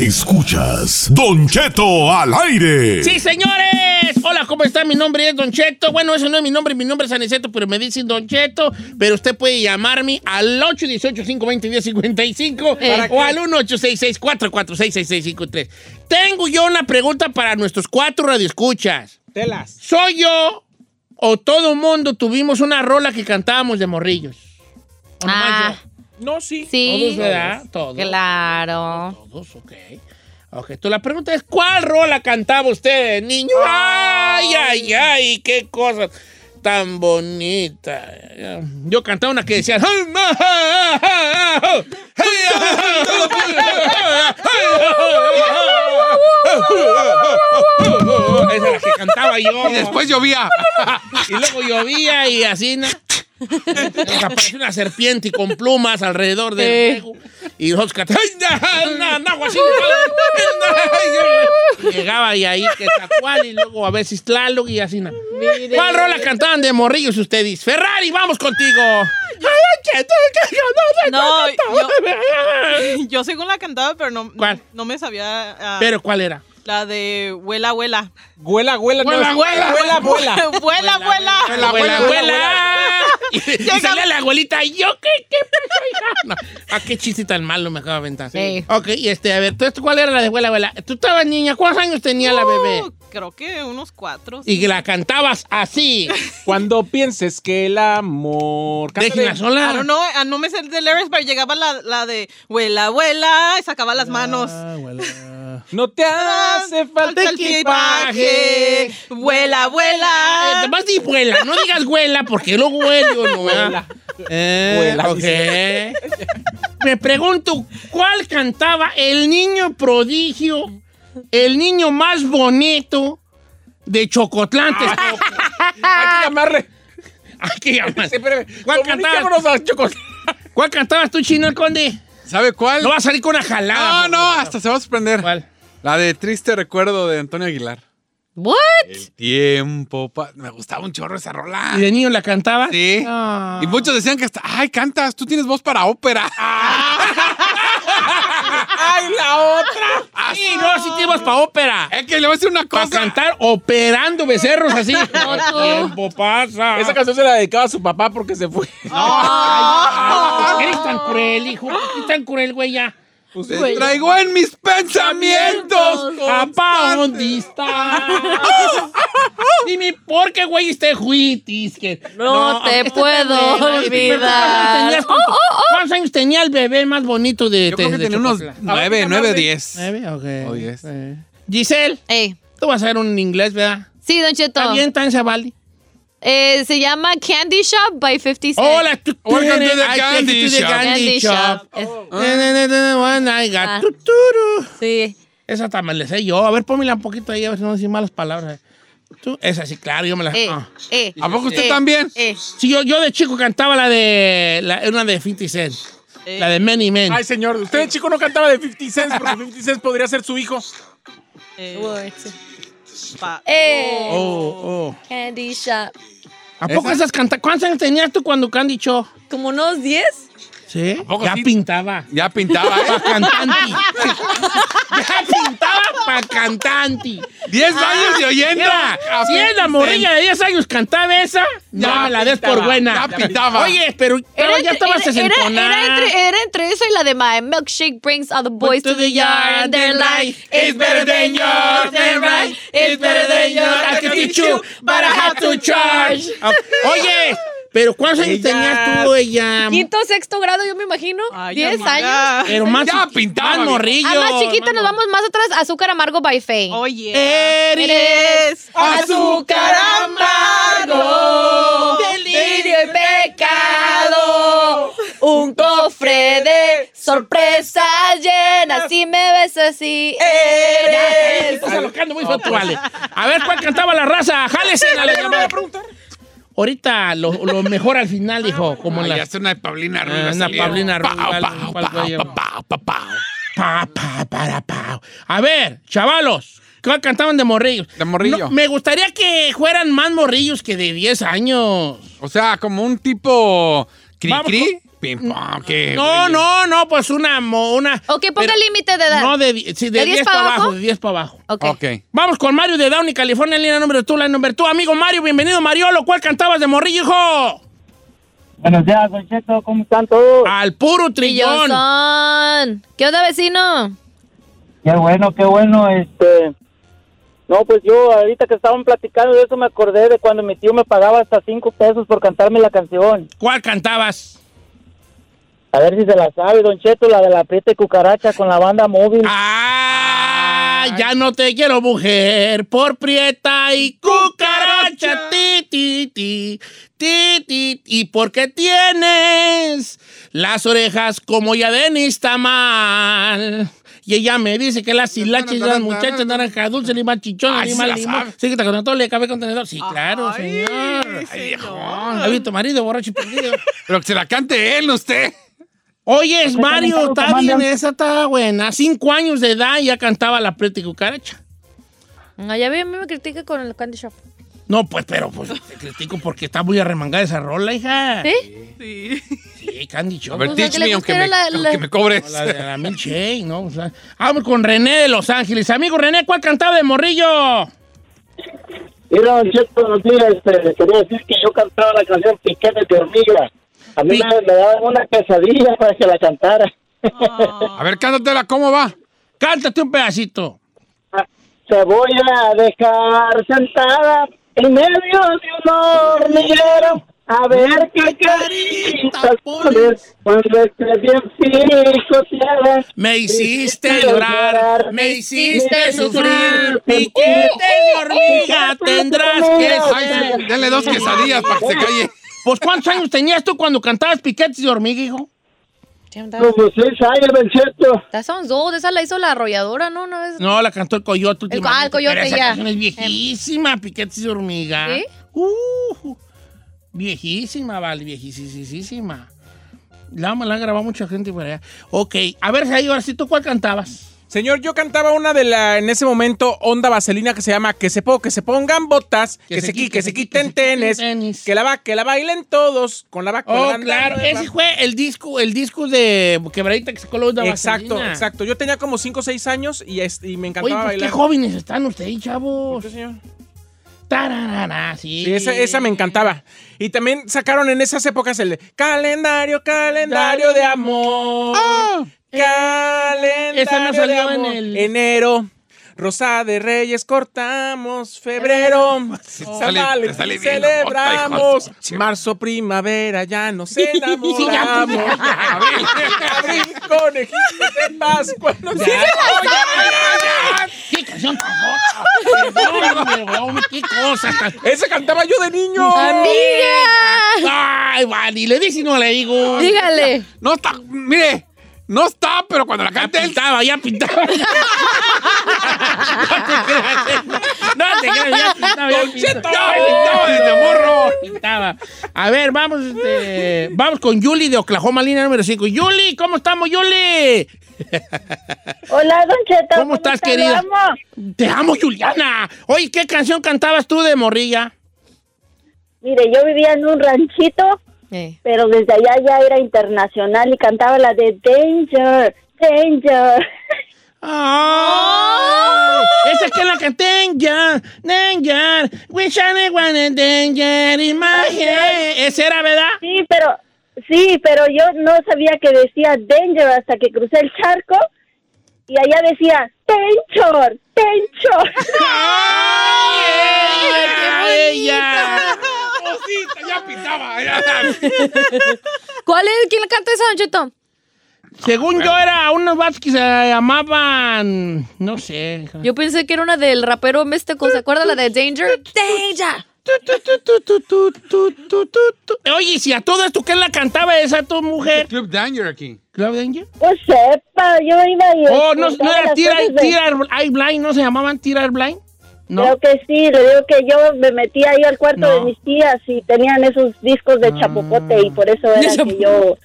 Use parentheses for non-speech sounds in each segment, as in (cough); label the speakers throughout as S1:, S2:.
S1: Escuchas Don Cheto al aire.
S2: ¡Sí, señores! Hola, ¿cómo está? Mi nombre es Don Cheto. Bueno, eso no es mi nombre, mi nombre es Aniceto, pero me dicen Don Cheto. Pero usted puede llamarme al 818-520-1055
S3: ¿Para
S2: o
S3: qué?
S2: al 1-866-446-6653. Tengo yo una pregunta para nuestros cuatro radioescuchas.
S3: Telas.
S2: ¿Soy yo o todo mundo tuvimos una rola que cantábamos de morrillos? ¿O nomás
S4: Ah,
S2: yo?
S3: No, sí.
S2: Todos,
S4: sí.
S2: ¿verdad? Todos.
S4: Claro.
S2: Todos, ok. Ok, tú la pregunta es, ¿cuál rola cantaba usted, de niño? Ay, ay, ay, qué cosas tan bonitas. Yo cantaba una que decía... Esa es la que cantaba yo.
S3: Y después llovía.
S2: Y luego llovía y así, ¿no? Nos apareció una serpiente y con plumas alrededor del fuego. Y Oscar, ¡ay, na, na, na, guasín, na! Y Llegaba y ahí que Tacual y luego a veces Tlaloc y así. na. ¿Cuál rola cantaban de morrillos ustedes? Ferrari, vamos contigo.
S5: No, yo, yo según la cantaba, pero no,
S2: ¿Cuál?
S5: (laughs) no me sabía ah,
S2: Pero ¿cuál era?
S5: la de Huela, Huela.
S3: Huela, huela, no.
S2: Huela, huela.
S5: (laughs)
S3: Huela, huela.
S5: Huela, Huela.
S3: Abuela,
S2: abuela,
S3: abuela,
S5: (laughs)
S2: Y, y salía la abuelita y yo, ¿qué, qué pasó, hija? No, ah, qué chiste tan malo me acaba de aventar.
S4: Sí.
S2: Ok, y este, a ver, ¿tú, esto ¿cuál era la de abuela, abuela? Tú estabas niña, ¿cuántos años tenía la bebé?
S5: Uh, creo que unos cuatro.
S2: Y que la cantabas así.
S3: Cuando pienses que el amor.
S2: Déjenla sola.
S5: I don't know, ah, no me sé de lyrics, pero llegaba la, la de Huela, Huela y sacaba las manos.
S3: No te hace falta equipaje.
S5: equipaje. Huela,
S2: Eh,
S5: Huela.
S2: Además di vuela, no digas huela, porque luego huelo, ¿no? ¿verdad? Eh,
S3: Huela,
S2: ok. Me pregunto, ¿cuál cantaba el niño prodigio, el niño más bonito de Chocotlán?
S5: Ah.
S2: Texcoco?
S3: Hay que llamarle.
S2: Ay,
S6: (laughs)
S2: qué llamas.
S3: Espérame,
S2: ¿Cuál
S3: comunicámonos
S2: cantabas?
S3: a Chocotlán.
S2: ¿Cuál cantabas tú, Chino, el conde?
S6: ¿Sabe cuál?
S2: No va a salir con una jalada. pues.
S6: No, no, hasta se va a sorprender.
S2: ¿Cuál?
S6: La de Triste Recuerdo de Antonio Aguilar.
S4: What?
S6: El tiempo. pa- Me gustaba un chorro esa rola.
S2: ¿Y de niño la cantabas?
S6: Sí.
S2: Ah.
S6: Y muchos decían que hasta, ay, cantas, tú tienes voz para ópera.
S2: Ah.
S3: ¡Ay, la otra!
S2: Ah, Sí, no, si te ibas para ópera.
S6: (laughs) Es que le voy a decir una
S2: Para
S6: Eh, cosa.
S2: cantar operando becerros
S6: (laughs)
S2: así. El tiempo pasa.
S3: Esa canción se la dedicaba a su papá porque se (laughs) fue.
S2: Ah, Eres tan cruel, hijo. ¿Por qué tan cruel, güey, ya?
S6: Te traigo en mis pensamientos.
S2: Papá, ¿dónde
S6: (laughs)
S2: está? Dime, ¿por qué, güey, este juitis? Que...
S4: No te
S2: este
S4: puedo
S2: está buena. Y te- pero ¿Cuántos
S4: olvidar. Oh,
S2: tenías con tu- cuántos años tenía el bebé más bonito de
S6: Yo creo que
S2: de- de
S6: tenía unos
S2: Chocotlán?
S6: nueve, nueve, diez.
S2: ¿Nueve? Ok.
S6: O diez.
S2: Eh. Giselle,
S4: Ey.
S2: tú vas a ver un inglés, ¿verdad?
S4: Sí, Don Cheto.
S2: Está bien, tan chaval.
S4: Eh, se llama Candy Shop by 50 Cent.
S2: Hola, tú, tú
S6: Welcome
S2: eres-
S6: to the
S2: I take
S6: candy
S2: you to
S6: shop.
S4: Candy Shop. Es-
S2: Na, na, na, na, na, one I got.
S4: Ah.
S2: Tu, turu.
S4: Sí.
S2: Esa también me la sé yo. A ver, pónmela un poquito ahí, a ver si no decís malas palabras. Tú- Esa sí, claro, yo me la
S4: Eh,
S2: ah.
S4: eh,
S6: ¿A poco usted
S4: eh,
S6: también?
S4: eh.
S2: Sí, yo, yo de chico cantaba la de. La, una de 50 Cent.
S4: Eh.
S5: Eh,
S2: La de Many Men.
S3: Ay, señor, usted de chico no cantaba de 50 cents porque 50 cents podría ser su hijo.
S5: Eh, pa-
S4: Eh,
S2: Oh, oh.
S4: Candy Shop.
S2: ¿A poco esas canta ¿Cuántos años tenías tú cuando Candy Cho?
S4: ¿Como unos 10?
S2: Sí.
S6: poco
S2: Ya
S6: sí?
S2: pintaba.
S6: Ya pintaba, ¿eh?
S2: Pa' cantante. ya pintaba pa' cantante.
S6: Diez años y oyendo.
S2: Ah, Mira,
S6: a
S2: si es
S6: 50
S2: la morrilla
S6: cent.
S2: de 10 años cantaba esa, ya
S3: Ya
S2: me la des
S3: pintaba,
S2: por buena.
S6: ya pintaba.
S2: Oye, pero
S4: Era,
S2: ya estaba
S4: entre- era,
S2: sesentona.
S4: era entre, era entre eso y la de My Milkshake Brings All the
S2: Pues
S4: Boys to the Yard and their life is better than yours, than right, it's better than yours. I can teach you, but I have to charge.
S6: Ah,
S2: O- Oye, pero ¿cuántos años
S3: Ella-
S2: tenías tú, ella?
S4: Quinto, sexto grado, yo me imagino.
S5: Ay,
S4: Diez
S5: oh my
S4: años.
S5: God.
S2: Pero más
S6: Ya
S2: chiqui-
S6: pintaba,
S2: más
S6: viejo.
S2: morrillo.
S4: A Ah, más chiquito
S2: No,
S4: nos vamos más atrás. Azúcar amargo by Faye.
S5: Oye.
S2: Eh, Eres
S4: azúcar amargo, delirio y pecado,
S2: (laughs)
S4: un cofre de sorpresas llenas si me ves así eres.
S2: Estás alocando muy fuerte, vale. A ver cuál cantaba la raza. Jálese a la llamada. Ahorita lo, lo mejor al final, hijo. Como en
S6: Ay,
S2: las
S6: hace una de Paulina Rubio.
S2: Ah, una
S6: salieron.
S2: Paulina Rubio,
S6: Pau,
S2: algo,
S6: pau,
S2: cual
S6: pau,
S2: cuello.
S6: pau, pau, pau.
S2: Pa, pa, para, pa. A ver, chavalos, ¿cuál cantaban de morrillos?
S6: De morrillo.
S2: No, me gustaría que fueran más morrillos que de 10 años.
S6: O sea, como un tipo cri-cri,
S2: Vamos con-
S6: ping pong. qué
S2: No,
S6: güey.
S2: no, no, pues una. mo- una
S4: Ok, ponga
S2: pero-
S4: límite de edad.
S2: No, de, di- sí, de 10, para abajo? de 10 para abajo.
S4: Ok.
S6: Ok.
S2: Vamos con Mario de Downey, California, en línea número 2, la número 2. Amigo Mario, bienvenido, Mariolo. ¿Cuál cantabas de morrillo, hijo?
S7: Buenos días, Don Cheto, ¿cómo están todos?
S2: Al puro trillón.
S4: Trillón. ¿Qué onda, vecino?
S7: Qué bueno, qué bueno, este... No, pues yo ahorita que estaban platicando de eso me acordé de cuando mi tío me pagaba hasta cinco pesos por cantarme la canción.
S2: ¿Cuál cantabas?
S7: A ver si se la sabe, Don Cheto, la de la prieta y cucaracha con la banda móvil.
S2: Ah, ya no te quiero, mujer, por prieta y cucaracha. Ti, ti, ti, ti, ti. ¿Y por qué tienes las orejas como ya Denis está mal? Y ella me dice que las hilachas de las muchachas naranja dulce, ni más chichón,
S6: Ay,
S2: ni
S6: se
S2: más
S6: la
S2: limón.
S6: sabe.
S2: Sí, que te conectó, le acabé con tenedor. Sí, claro,
S5: Ay,
S2: señor.
S5: señor.
S2: Ha visto marido borracho y perdido.
S6: Pero que se la cante él, usted.
S2: Oye, es
S7: Usted
S2: Mario,
S7: también
S2: está
S7: sabe,
S2: bien,
S7: comandante.
S2: esa está buena. Cinco años de edad y ya cantaba la preta y cucaracha.
S4: No, ya vi, Mm, a mí me critica con el Candy Shop.
S2: No, pues, pero pues te critico porque está muy arremangada esa rola, hija.
S4: ¿Sí?
S5: Sí.
S2: Sí, Candy Shop.
S6: A ver,
S4: O sea,
S6: teach
S4: que le
S6: me, aunque me,
S4: gustara la- la-
S6: aunque me cobres.
S2: O La de la milkshake, ¿no? O sea, vamos con René de Los Ángeles. Amigo René, ¿cuál cantaba de morrillo?
S7: Mira, Don Cheto, Don Cheto, este, quería decir que yo cantaba la canción Piquete de Hormiga. A mí
S2: Pi-
S7: me, me daban una quesadilla para que la cantara.
S6: A ver, cántatela, ¿cómo va?
S2: Cántate un pedacito.
S7: Te voy a dejar sentada en medio de un hormiguero. A ver qué caritas pones cuando estés bien picoteada.
S2: Me hiciste llorar, me hiciste sufrir. Piquete de hormiga tendrás que
S6: Ay,
S2: ser.
S6: sí, denle dos quesadillas para que se calle.
S2: Pues, ¿cuántos años tenías tú cuando cantabas piquetes de hormiga, hijo?
S4: Sí, that-
S7: Como seis años, Don Cheto.
S4: That sounds old. Esa la hizo la arrolladora, ¿no? Una vez.
S2: No, la cantó el Coyote.
S4: El co- ah, el
S2: últimamente,
S4: Coyote,
S2: pero esa
S4: ya.
S2: canción es viejísima, Piquetes de Hormiga.
S4: ¿Sí?
S2: Uh, viejísima, vale, viejísima. La, la han grabado mucha gente por allá. Ok, a ver, Jair, ahora sí, ¿tú cuál cantabas?
S3: Señor, yo cantaba una de la, en ese momento, onda vaselina que se llama Que se, po- que se pongan botas, que, se, qui- que se quiten tenis,
S2: tenis.
S3: que la, va- que la bailen todos, con la vaca.
S2: Oh, claro, ese fue el disco, el disco de Quebradita que sacó la onda
S3: Exacto,
S2: Vaselina.
S3: exacto. Yo tenía como 5 o 6 años y, este, y
S2: Oye,
S3: me encantaba
S2: pues qué
S3: bailar.
S2: jóvenes están ustedes, chavos.
S3: Sí, señor.
S2: Tararara, sí.
S3: Sí, esa, esa me encantaba. Y también sacaron en esas épocas el de calendario, calendario de amor. Calendario
S2: Ah, eh, Esa no
S3: de
S2: salió
S3: amor.
S2: en el-
S3: Enero. Rosa de Reyes cortamos, febrero, (laughs) San
S6: sale-
S3: Valentín
S6: te sale bien,
S3: celebramos,
S6: jota, hijo de-
S3: marzo, primavera, ya nos enamoramos,
S2: (laughs) Sí, ya, pues, ya.
S3: (laughs) abril, conejitos de
S2: (laughs)
S3: Pascua, no sé.
S2: ¡Qué canción tan gorda! Perdóname, güey, ¡Qué cosa! tan-
S3: Ese cantaba yo de niño.
S4: ¡Amiga!
S2: ¡Ay, vale! Le dije y no le digo.
S4: Dígale.
S6: No está, mire, no está, pero cuando la
S2: Ya
S6: cante él.
S2: pintaba, ya pintaba. (laughs) no te creas. No te creas, ya pintaba, ya pintaba.
S6: ¡Ay, pintaba desde morro!
S2: Pintaba. A ver, vamos, este, vamos con Yuli de Oklahoma, línea número 5. Yuli, ¿cómo estamos, Yuli?
S8: Hola, Don Cheto.
S2: ¿Cómo estás,
S8: está?
S2: querida?
S8: Lo amo.
S2: Te amo, Juliana. Oye, ¿qué canción cantabas tú de morrilla?
S8: Mire, yo vivía en un ranchito,
S4: Eh.
S8: pero desde allá ya era internacional y cantaba la de Danger, Danger.
S2: ¡Ay! Esa es que la que tenga, tenga, wish I wanna danger in my head. Esa era, ¿verdad?
S8: Sí, pero sí, pero yo no sabía que decía Danger hasta que crucé el charco y allá decía Danger,
S2: (laughs)
S8: Danger.
S2: ¡Ay, ella!
S6: ya pintaba.
S4: ¿Cuál es? ¿Quién le canta esa, Don Cheto?
S2: Según yo, era unos vatos que se llamaban. No sé.
S4: Yo pensé que era una del rapero místico. ¿Se acuerda la de Danger? ¡Danger!
S2: Tu, tu, tu, tu, tu, tu, tu, tu, tu, tu. Oye, si a todo esto, ¿quién la cantaba esa tu mujer?
S6: Club Danger aquí.
S2: ¿Claudia Angel?
S8: Pues sepa, yo iba y
S2: Oh, no, no
S8: escuchaba
S2: era
S8: las
S2: Tira,
S8: Pues, cosas de-
S2: tira Eye Blind, ¿no se llamaban Tira Eye Blind? No.
S8: Creo que sí, le digo que yo me metía ahí al cuarto
S2: No. Ah.
S8: de mis tías y tenían esos discos de chapopote y por eso era que yo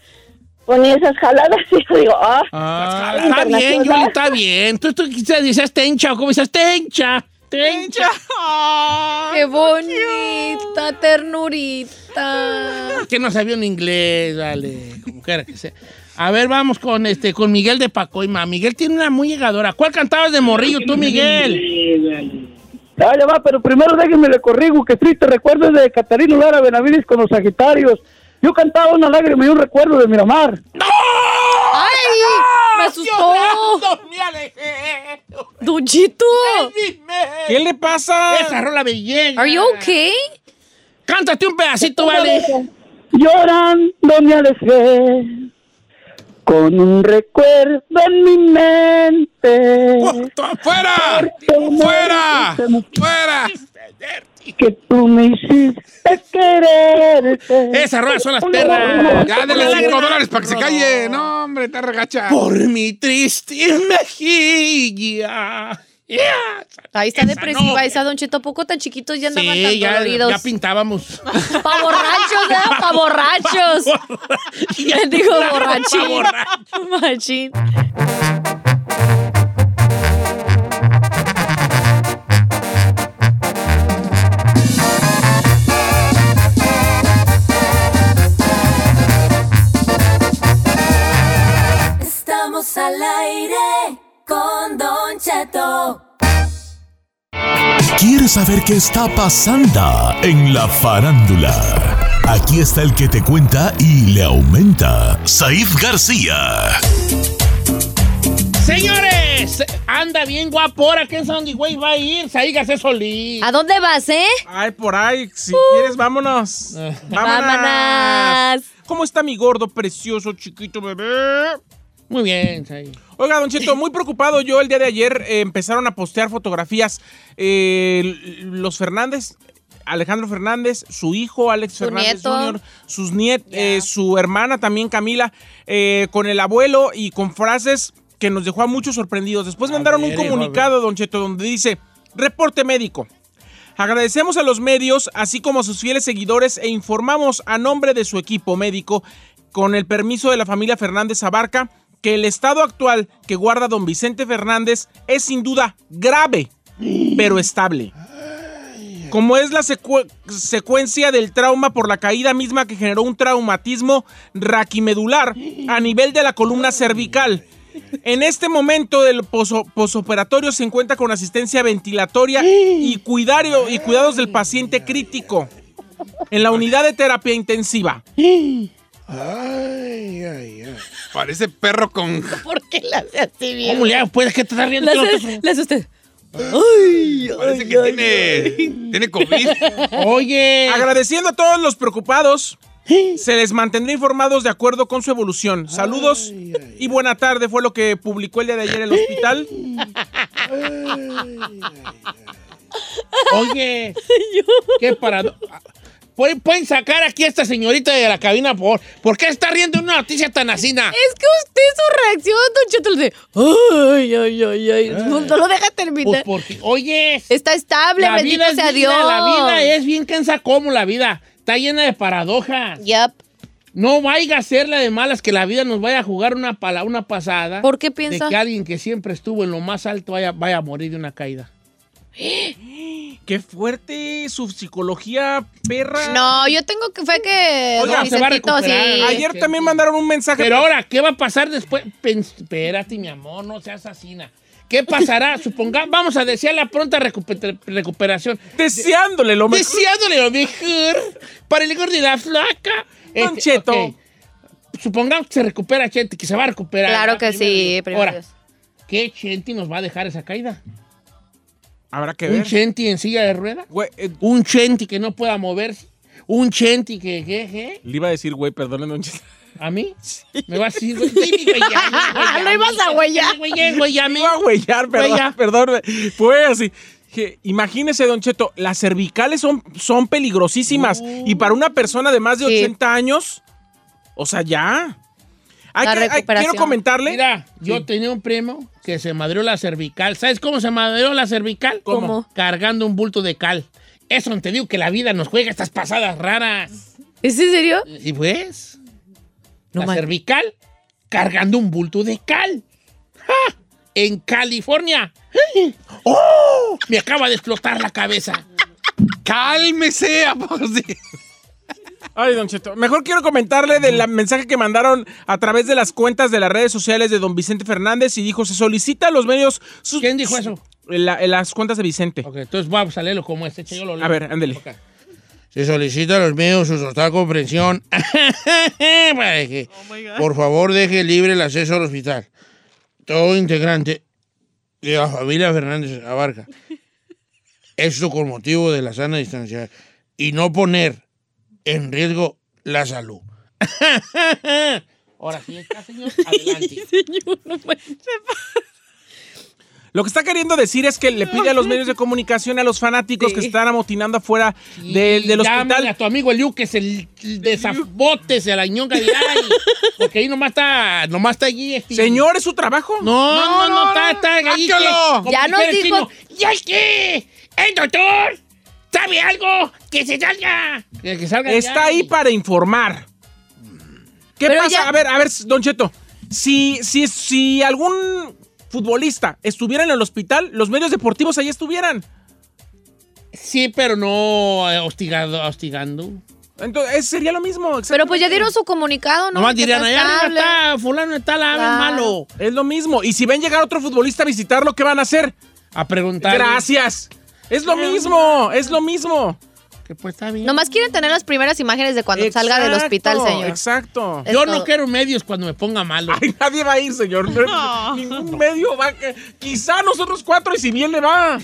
S8: ponía esas jaladas (laughs) y yo digo, ah,
S2: Ah, está bien,
S8: internacional.
S2: Yuli, está bien. Tú, tú quizás decías tencha o cómo decías tencha. Tencha.
S4: ¡Qué bonita, ternurita!
S2: Esta. Que no sabía un inglés, vale. Como quiera que sea. A ver, vamos con este, con Miguel de Pacoima. Miguel tiene una muy llegadora. ¿Cuál cantabas de morrillo tú, Miguel?
S7: Dale, va, pero primero déjenme le corrigo que triste recuerdo de Catarino Lara Benavides con los Sagitarios. Yo cantaba una lágrima y un recuerdo de Miramar.
S4: ¡Ay! ¡Me asustó!
S2: ¡Me alejé!
S4: ¡Don Chito!
S3: ¿Qué le pasa?
S2: Esa rola me llega.
S4: ¿Are you okay?
S2: Cántate un pedacito, vale.
S7: Llorando me alejé con un recuerdo en mi
S2: ¡Oh!
S7: mente
S6: ¡Fuera! ¡Fuera! ¡Fuera!
S7: que tú me hiciste quererte.
S2: Esa rola son las perras.
S6: Ya dele 5 dólares para que se calle. No, hombre, está regacha.
S2: Por mi triste mejilla. Yeah.
S4: Ahí está
S2: Esa
S4: depresiva
S2: no.
S4: esa, Don Chito. ¿A poco tan chiquitos ya andaban
S2: Sí,
S4: tan
S2: ya,
S4: doloridos?
S2: ya
S4: (laughs)
S2: pintábamos.
S4: ¡Pa borrachos, ¿eh? ¡Pa borrachos! Ya (laughs) digo borrachín. Machín.
S9: Estamos al aire con Don Cheto.
S1: ¿Quieres saber qué está pasando en la farándula? Aquí está el que te cuenta y le aumenta, Saif García.
S2: Señores, anda bien guapo. Ahora que Sandy Way va a ir, Saígase Solís.
S4: ¿A dónde vas, eh?
S3: Ay, por ahí, si quieres, vámonos. Vámonos.
S4: ¡Vámonos!
S3: ¿Cómo está mi gordo, precioso, chiquito bebé?
S2: Muy bien, Saí.
S3: Oiga, Don Cheto, muy preocupado yo el día de ayer. eh, empezaron a postear fotografías eh, l- los Fernández, Alejandro Fernández, su hijo Alex
S4: Su
S3: Fernández
S4: nieto.
S3: Jr., sus niet- eh, su hermana también Camila, eh, con el abuelo y con frases que nos dejó a muchos sorprendidos. Después mandaron un
S2: ver, hijo, a ver.
S3: comunicado, Don Cheto, donde dice, reporte médico. Agradecemos a los medios, así como a sus fieles seguidores, e informamos a nombre de su equipo médico, con el permiso de la familia Fernández Abarca, que el estado actual que guarda don Vicente Fernández es sin duda grave, pero estable. Como es la secue- secuencia del trauma por la caída misma que generó un traumatismo raquimedular a nivel de la columna cervical. En este momento del poso- posoperatorio se encuentra con asistencia ventilatoria y, cuidario- y cuidados del paciente crítico en la unidad de terapia intensiva.
S6: Parece perro con.
S4: ¿Por qué la hace así
S2: ¿Cómo le hago? Pues que te estás riendo.
S4: La hace, la hace usted. ¡Ay!
S6: Parece que tiene. Tiene COVID.
S2: Oye.
S3: Agradeciendo a todos los preocupados, se les mantendrá informados de acuerdo con su evolución. Saludos y buena tarde fue lo que publicó el día de ayer el hospital.
S2: Oye, qué parado. ¿Pueden, pueden sacar aquí a esta señorita de la cabina, por favor. ¿Por qué está riendo una noticia tan asina?
S4: Es que usted su reacción, Don Cheto, le dice, ¡Ay, ay, ay, ay! No, no lo deja
S2: Pues
S4: terminar.
S2: porque, oye,
S4: Está estable,
S2: la
S4: bendito
S2: vida, es
S4: sea Dios.
S2: vida, la vida es bien cansa como la vida. Está llena de paradojas.
S4: Yep.
S2: No vaya a ser la de malas que la vida nos vaya a jugar una, pala, una pasada.
S4: ¿Por qué
S2: de
S4: piensa?
S2: que alguien que siempre estuvo en lo más alto vaya, vaya a morir de una caída.
S3: Qué fuerte su psicología, perra.
S4: No, yo tengo que fue que
S2: Oiga,
S4: don
S2: se va a
S4: Vicentito, sí.
S2: recuperar.
S3: Ayer también mandaron un mensaje.
S2: Pero ahora, ¿qué va a pasar después? Pen- espérate, mi amor, no seas asesina. ¿Qué
S4: (laughs)
S2: pasará? Supongamos, vamos a desear la pronta recupe- recuperación.
S3: deseándole lo mejor.
S2: Deseándole lo mejor para el gordo y la flaca. Este,
S3: Don Cheto.
S2: ok. Supongamos que se recupera Chenti, que se va a recuperar. Ah,
S4: Claro que
S2: Primero
S4: sí,
S2: Dios.
S4: primero
S2: Ahora,
S4: Dios.
S2: ¿qué Chenti nos va a dejar esa caída?
S3: Habrá que
S2: ¿Un
S3: ver.
S2: Chenti en silla de rueda?
S3: Güey, eh,
S2: ¿Un Chenti que no pueda moverse? ¿Un Chenti que... que, que?
S3: le iba a decir, güey, perdónenme un chiste.
S2: ¿A mí? ¿Me vas a decir, güey? Dime, güey, ya, güey,
S4: (laughs) Lo
S2: ya,
S4: ibas a huellar.
S2: güey, ya, güey, ya,
S3: Me
S2: me-
S3: iba a huellar, perdón,
S2: Huella.
S3: (laughs) perdón. güey. Fue así. Que, imagínese, Don Cheto, las cervicales son, son peligrosísimas.
S2: Uh.
S3: Y para una persona de más de
S4: Sí.
S3: 80 años, o sea, ya. Hay
S4: La
S3: que- hay- quiero
S4: recuperación.
S3: comentarle.
S2: Mira, yo
S3: Sí.
S2: tenía un primo que se madrió la cervical. ¿Sabes cómo se madrió la cervical?
S4: ¿Cómo? ¿Cómo?
S2: Cargando un bulto de cal. Eso no te digo que la vida nos juega estas pasadas raras.
S4: ¿Es en serio?
S2: ¿Y pues?
S4: No
S2: la
S4: man-
S2: cervical cargando un bulto de cal. ¡Ja! En California. ¡Oh! Me acaba de explotar la cabeza.
S6: Cálmese, ¿a poco sí?
S3: Ay, Don Cheto. Mejor quiero comentarle del mensaje que mandaron a través de las cuentas de las redes sociales de Don Vicente Fernández y dijo: se solicita a los medios. sus-
S2: ¿Quién dijo eso?
S3: La- las cuentas de Vicente.
S2: Ok, entonces vamos a leerlo como este. Yo lo leo.
S3: A ver, ándele.
S2: Ok. Se solicita a los medios su total comprensión (laughs) para que, por favor, deje libre el acceso al hospital. Todo integrante de la familia Fernández Abarca. Esto con motivo de la sana distancia y no poner en riesgo la salud. (laughs) Ahora sí está, señor. Adelante.
S3: Lo que está queriendo decir es que le pide a los medios de comunicación, a los fanáticos que están amotinando afuera de- del
S2: Llámale
S3: hospital.
S2: a tu amigo Eliu que se l- desabote, se la ñonga de ahí. Porque ahí nomás está, nomás está allí. este-
S3: Señor, ¿es su trabajo?
S2: No, no, no, está, está ahí.
S6: sáquelo.
S2: que-
S4: Ya
S2: como
S4: nos
S2: dijera el
S4: dijo-
S2: chino, ¡Ya es que! ¡El doctor! ¿Sabe algo? ¡Que se salga! Que, que salga ya.
S3: Está ahí para informar. ¿Qué
S4: Pero
S3: pasa?
S4: ya-
S3: A ver, a ver, Don Cheto. Si, si, si algún futbolista estuviera en el hospital, los medios deportivos ahí estuvieran.
S2: Sí, pero no eh, hostigado, hostigando.
S3: Entonces, sería lo mismo.
S4: Pero pues ya dieron su comunicado, ¿no?
S2: Nomás
S4: Que
S2: dirían, allá arriba
S4: estable.
S2: está, fulano está la ave
S4: Claro.
S2: malo.
S3: Es lo mismo. Y si ven llegar otro futbolista a visitarlo, ¿qué van a hacer?
S2: A preguntar.
S3: Gracias. Es lo mismo, es lo mismo.
S2: Que pues está bien.
S4: Nomás quieren tener las primeras imágenes de cuando salga del
S3: Exacto,
S4: hospital, señor.
S3: Exacto.
S4: Es
S2: Yo
S4: todo.
S2: no quiero medios cuando me ponga malo.
S3: Ay, nadie va a ir, señor. No, Ningún medio va. a- Quizá nosotros cuatro y si bien le va.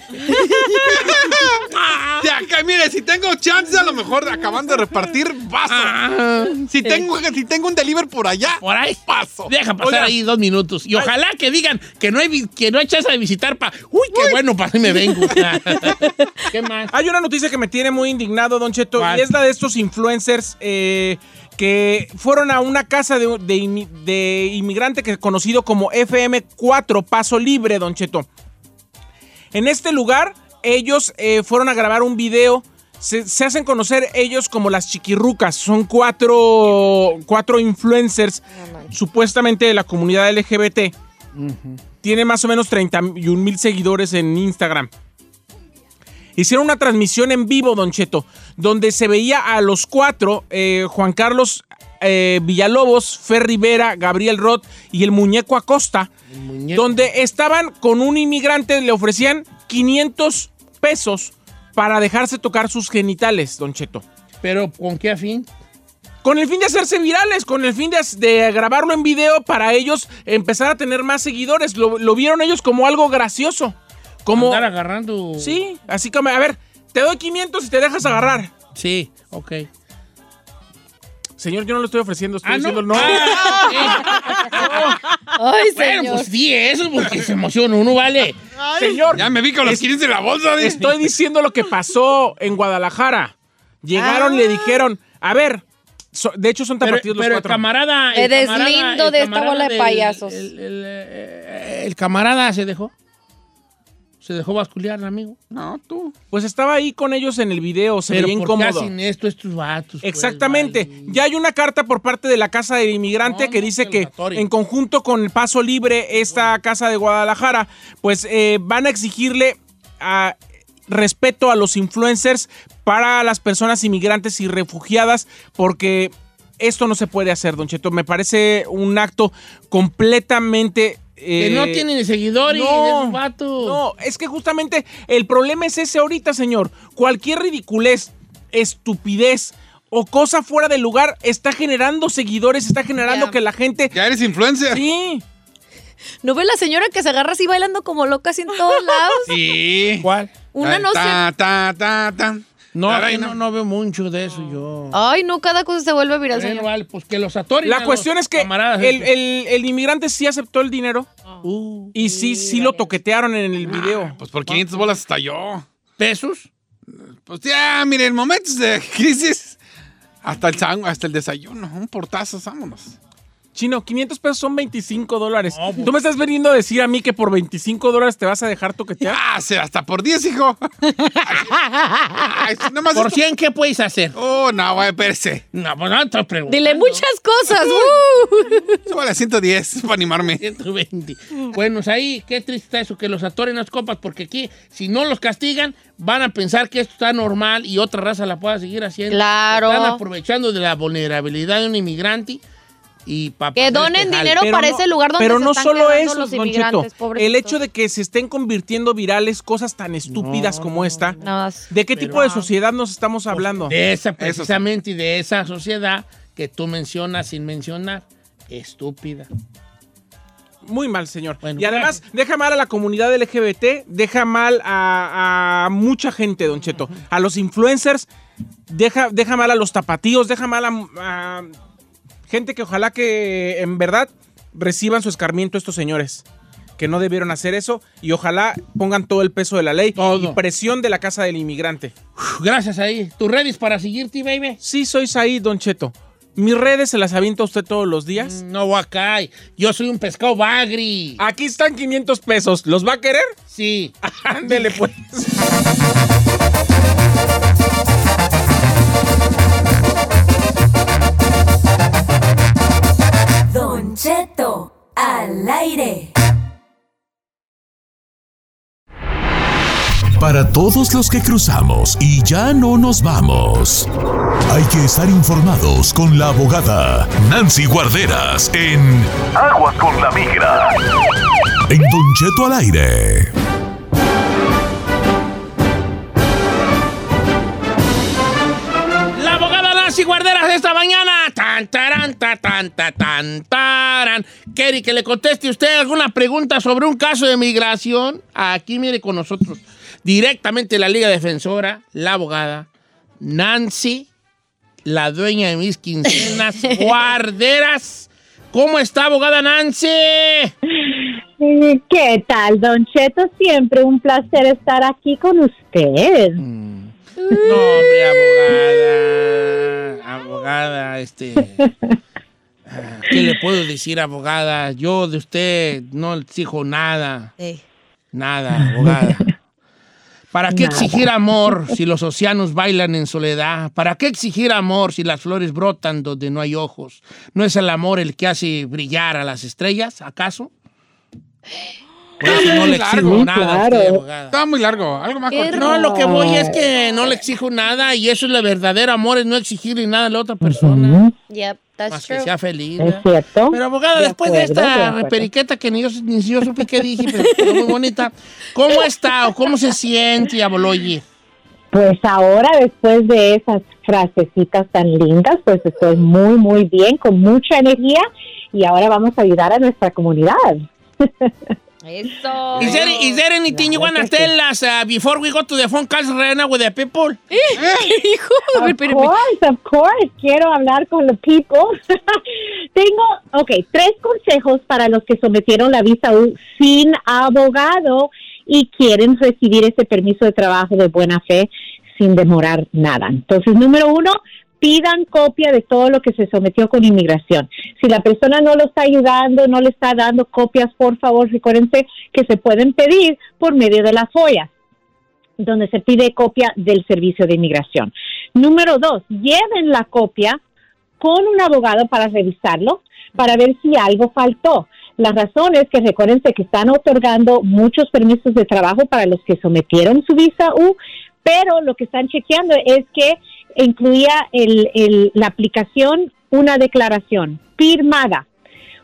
S6: De acá, mire, si tengo chance, a lo mejor acaban de repartir, paso. Si tengo, si tengo un delivery por allá,
S2: Por
S3: (laughs)
S2: ahí.
S6: paso.
S2: Deja pasar
S3: Oiga.
S2: ahí dos minutos. Y ojalá que digan que no hay, vi- que no hay chance de visitar pa. Uy, qué bueno, para mí me
S3: (laughs)
S2: vengo. ¿Qué más?
S3: Hay una noticia que me tiene muy indignado, Don Cheto,
S2: ¿Cuál?
S3: y es la de estos influencers eh, que fueron a una casa de, de inmi- de inmigrante que conocido como FM4 Paso Libre, Don Cheto. En este lugar, ellos eh, fueron a grabar un video. Se, se hacen conocer ellos como las chiquirrucas. Son cuatro, cuatro influencers, supuestamente de la comunidad LGBT. Tiene más o menos 31 mil seguidores en Instagram. Hicieron una transmisión en vivo, Don Cheto, donde se veía a los cuatro, eh, Juan Carlos eh, Villalobos, Fer Rivera, Gabriel Roth y el muñeco Acosta,
S2: muñeco.
S3: donde estaban con un inmigrante, le ofrecían 500 pesos para dejarse tocar sus genitales, Don Cheto.
S2: Pero ¿con qué afín?
S3: Con el fin de hacerse virales, con el fin de, de grabarlo en video para ellos empezar a tener más seguidores. Lo, lo vieron ellos como algo gracioso. Como,
S2: Andar agarrando.
S3: Sí, así como, a ver, te doy 500 y te dejas agarrar.
S2: Sí, ok.
S3: Señor, yo no lo estoy ofreciendo, estoy diciendo no. (laughs)
S2: Ah, sí.
S4: Ay,
S2: bueno,
S4: señor.
S2: pues di eso porque se emociona uno, ¿vale? Este,
S3: Señor,
S6: Ya me vi con los 15 de la bolsa.
S3: (laughs)
S6: dije.
S3: estoy diciendo lo que pasó en Guadalajara. Llegaron,
S4: Ah.
S3: le dijeron, a ver, so- de hecho son
S2: Pero,
S3: tapatíos
S2: pero
S3: los
S2: el
S3: cuatro.
S2: camarada.
S4: Me
S2: el camarada-
S4: deslindo
S2: el
S4: de esta
S2: camarada
S4: bola de
S2: del-
S4: payasos.
S2: El, el, eh, el camarada se dejó. Se dejó basculiar, amigo.
S6: No, tú.
S3: Pues estaba ahí con ellos en el video, se
S2: Pero
S3: veía
S2: ¿por qué
S3: incómodo.
S2: hacen esto estos vatos? pues,
S3: Exactamente.
S2: vale?
S3: Ya hay una carta por parte de la Casa del Inmigrante
S2: No,
S3: que
S2: no,
S3: dice
S2: que
S3: que
S2: los atoren.
S3: en conjunto con el Paso Libre, esta Casa de Guadalajara, pues eh, van a exigirle a- respeto a los influencers para las personas inmigrantes y refugiadas porque esto no se puede hacer, don Cheto. Me parece un acto completamente...
S2: Que
S3: eh,
S2: no tienen seguidores,
S3: no,
S2: esos vatos.
S3: no, es que justamente el problema es ese ahorita, señor. Cualquier ridiculez, estupidez o cosa fuera de lugar está generando seguidores, está generando
S4: Ya.
S3: que la gente...
S6: Ya eres influencer.
S3: Sí,
S4: ¿No ve la señora que se agarra así bailando como loca así en
S2: (laughs)
S4: todos lados?
S6: Sí.
S2: ¿Cuál?
S4: Una no se...
S6: Ta, ta, ta, ta.
S2: No,
S6: La
S2: aquí
S6: reina.
S2: no, no veo mucho de eso yo.
S4: Ay, no, cada cosa se vuelve viral,
S2: Bueno,
S4: señor.
S2: vale, pues que los atoren. a
S3: la
S2: los
S3: cuestión es que
S2: camaradas
S3: el,
S2: estos.
S3: el- el inmigrante sí aceptó el dinero
S2: Uh,
S3: y sí, sí lo toquetearon en el video.
S6: Pues por 500 bolas hasta yo.
S2: ¿Pesos?
S6: Pues ya, miren, (laughs) momentos de crisis. Hasta el, sang- hasta el desayuno. Un portazo, vámonos.
S3: Chino, 500 pesos son 25 dólares.
S2: No, pues.
S3: ¿Tú me estás veniendo a decir a mí que por 25 dólares te vas a dejar toquetear?
S6: Ah, se- hasta por 10, hijo. Ay, nomás
S2: ¿Por
S6: esto-
S2: 100 qué puedes hacer?
S6: Oh, no, güey, espérese.
S2: No, pues no te pregunto.
S4: Dile muchas (laughs) cosas. ¡uh!
S6: Súbale a 110 para animarme.
S2: 120. Bueno, es ahí, qué triste está eso, que los atoren las copas, porque aquí, si no los castigan, van a pensar que esto está normal y otra raza la pueda seguir haciendo.
S4: Claro.
S2: Están aprovechando de la vulnerabilidad de un inmigrante y para
S4: Que donen dinero para ese lugar donde
S3: pero
S4: se
S3: no
S4: están
S3: solo
S4: quedando
S3: eso,
S4: los
S3: Don Cheto.
S4: inmigrantes, pobrecitos.
S3: el hecho de que se estén convirtiendo virales cosas tan estúpidas como esta.
S4: Nada más.
S3: ¿De qué
S2: Pero-
S3: tipo de sociedad nos estamos hablando?
S2: De esa, precisamente, y de esa sociedad que tú mencionas sin mencionar. Estúpida.
S3: Muy mal, señor.
S2: Bueno,
S3: y además, deja mal a la comunidad LGBT, deja mal a, a mucha gente, Don Cheto. A los influencers, deja, deja mal a los tapatíos, deja mal a, a gente que ojalá que en verdad reciban su escarmiento estos señores. Que no debieron hacer eso y ojalá pongan todo el peso de la ley
S2: Todo.
S3: y presión de la casa del inmigrante.
S2: Uf, gracias ahí. ¿Tus redes para seguirte, baby?
S3: Sí, sois ahí, Don Cheto. Mis redes se las aviento a usted todos los días.
S2: No, Wakay. Yo soy un pescado bagri.
S3: Aquí están 500 pesos. ¿Los va a querer? (laughs)
S2: Sí.
S3: Ándele, pues.
S8: Don Cheto al aire.
S1: Para todos los que cruzamos y ya no nos vamos, hay que estar informados con la abogada Nancy Guarderas en Aguas con la Migra. En Don Cheto al aire.
S2: La abogada Nancy Guarderas de esta mañana. Tan, taran, ta, tan, ta, tan, taran. Quiere que le conteste usted alguna pregunta sobre un caso de migración. Aquí mire con nosotros directamente la Liga Defensora, la abogada Nancy, la dueña de mis quincenas, Guarderas. ¿Cómo está, abogada Nancy?
S7: ¿Qué tal, Don Cheto? Siempre un placer estar aquí con usted.
S2: No, hombre, abogada. Abogada, este. ah, ¿Qué le puedo decir, abogada? Yo de usted no exijo nada.
S4: Sí.
S2: Nada, abogada. ¿Para qué exigir amor si los océanos bailan en soledad? ¿Para qué exigir amor si las flores brotan donde no hay ojos? ¿No es el amor el que hace brillar a las estrellas, acaso? Por eso no le exijo
S7: Sí,
S2: nada a usted,
S7: claro.
S2: abogada.
S6: Estaba muy largo. Algo más
S4: Qué
S6: corto.
S2: No, lo que voy es que no le exijo nada y eso es el verdadero amor, es no exigirle nada a la otra persona,
S4: Yep,
S2: más
S4: that's
S2: que
S4: true.
S2: sea feliz.
S7: ¿Es
S2: ¿verdad?
S7: cierto?
S2: Pero abogada,
S7: De
S2: después de
S7: acuerdo, de
S2: esta
S7: acuerdo.
S2: periqueta que ni yo, ni yo supe qué dije, pero estuvo muy bonita, ¿cómo está o cómo se siente, Aboloye?
S7: Pues ahora, después de esas frasecitas tan lindas, pues estoy muy, muy bien, con mucha energía y ahora vamos a ayudar a nuestra comunidad.
S4: Eso.
S2: Is there, is there anything you wanna tell us uh, before we go to the phone calls right now with the people?
S4: Hijo, a ver,
S7: Of
S4: espérame.
S7: course, of course, quiero hablar con los people. (laughs) Tengo, ok, tres consejos para los que sometieron la visa U sin abogado y quieren recibir ese permiso de trabajo de buena fe sin demorar nada. Entonces, número uno, pidan copia de todo lo que se sometió con inmigración. Si la persona no lo está ayudando, no le está dando copias, por favor, recuérdense que se pueden pedir por medio de la FOIA donde se pide copia del servicio de inmigración. Número dos, lleven la copia con un abogado para revisarlo, para ver si algo faltó. La razón es que recuérdense que están otorgando muchos permisos de trabajo para los que sometieron su visa U, pero lo que están chequeando es que incluía el- el- la aplicación una declaración firmada,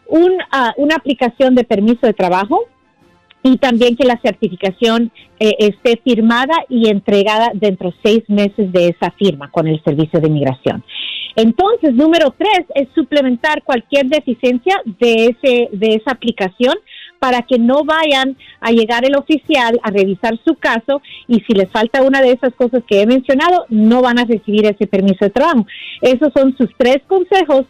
S7: un, ah, una aplicación de permiso de trabajo y también que la certificación eh, esté firmada y entregada dentro de seis meses de esa firma con el Servicio de Inmigración. Entonces, número tres es suplementar cualquier deficiencia de, ese, de esa aplicación para que no vayan a llegar el oficial a revisar su caso y si les falta una de esas cosas que he mencionado, no van a recibir ese permiso de trabajo. Esos son sus tres consejos,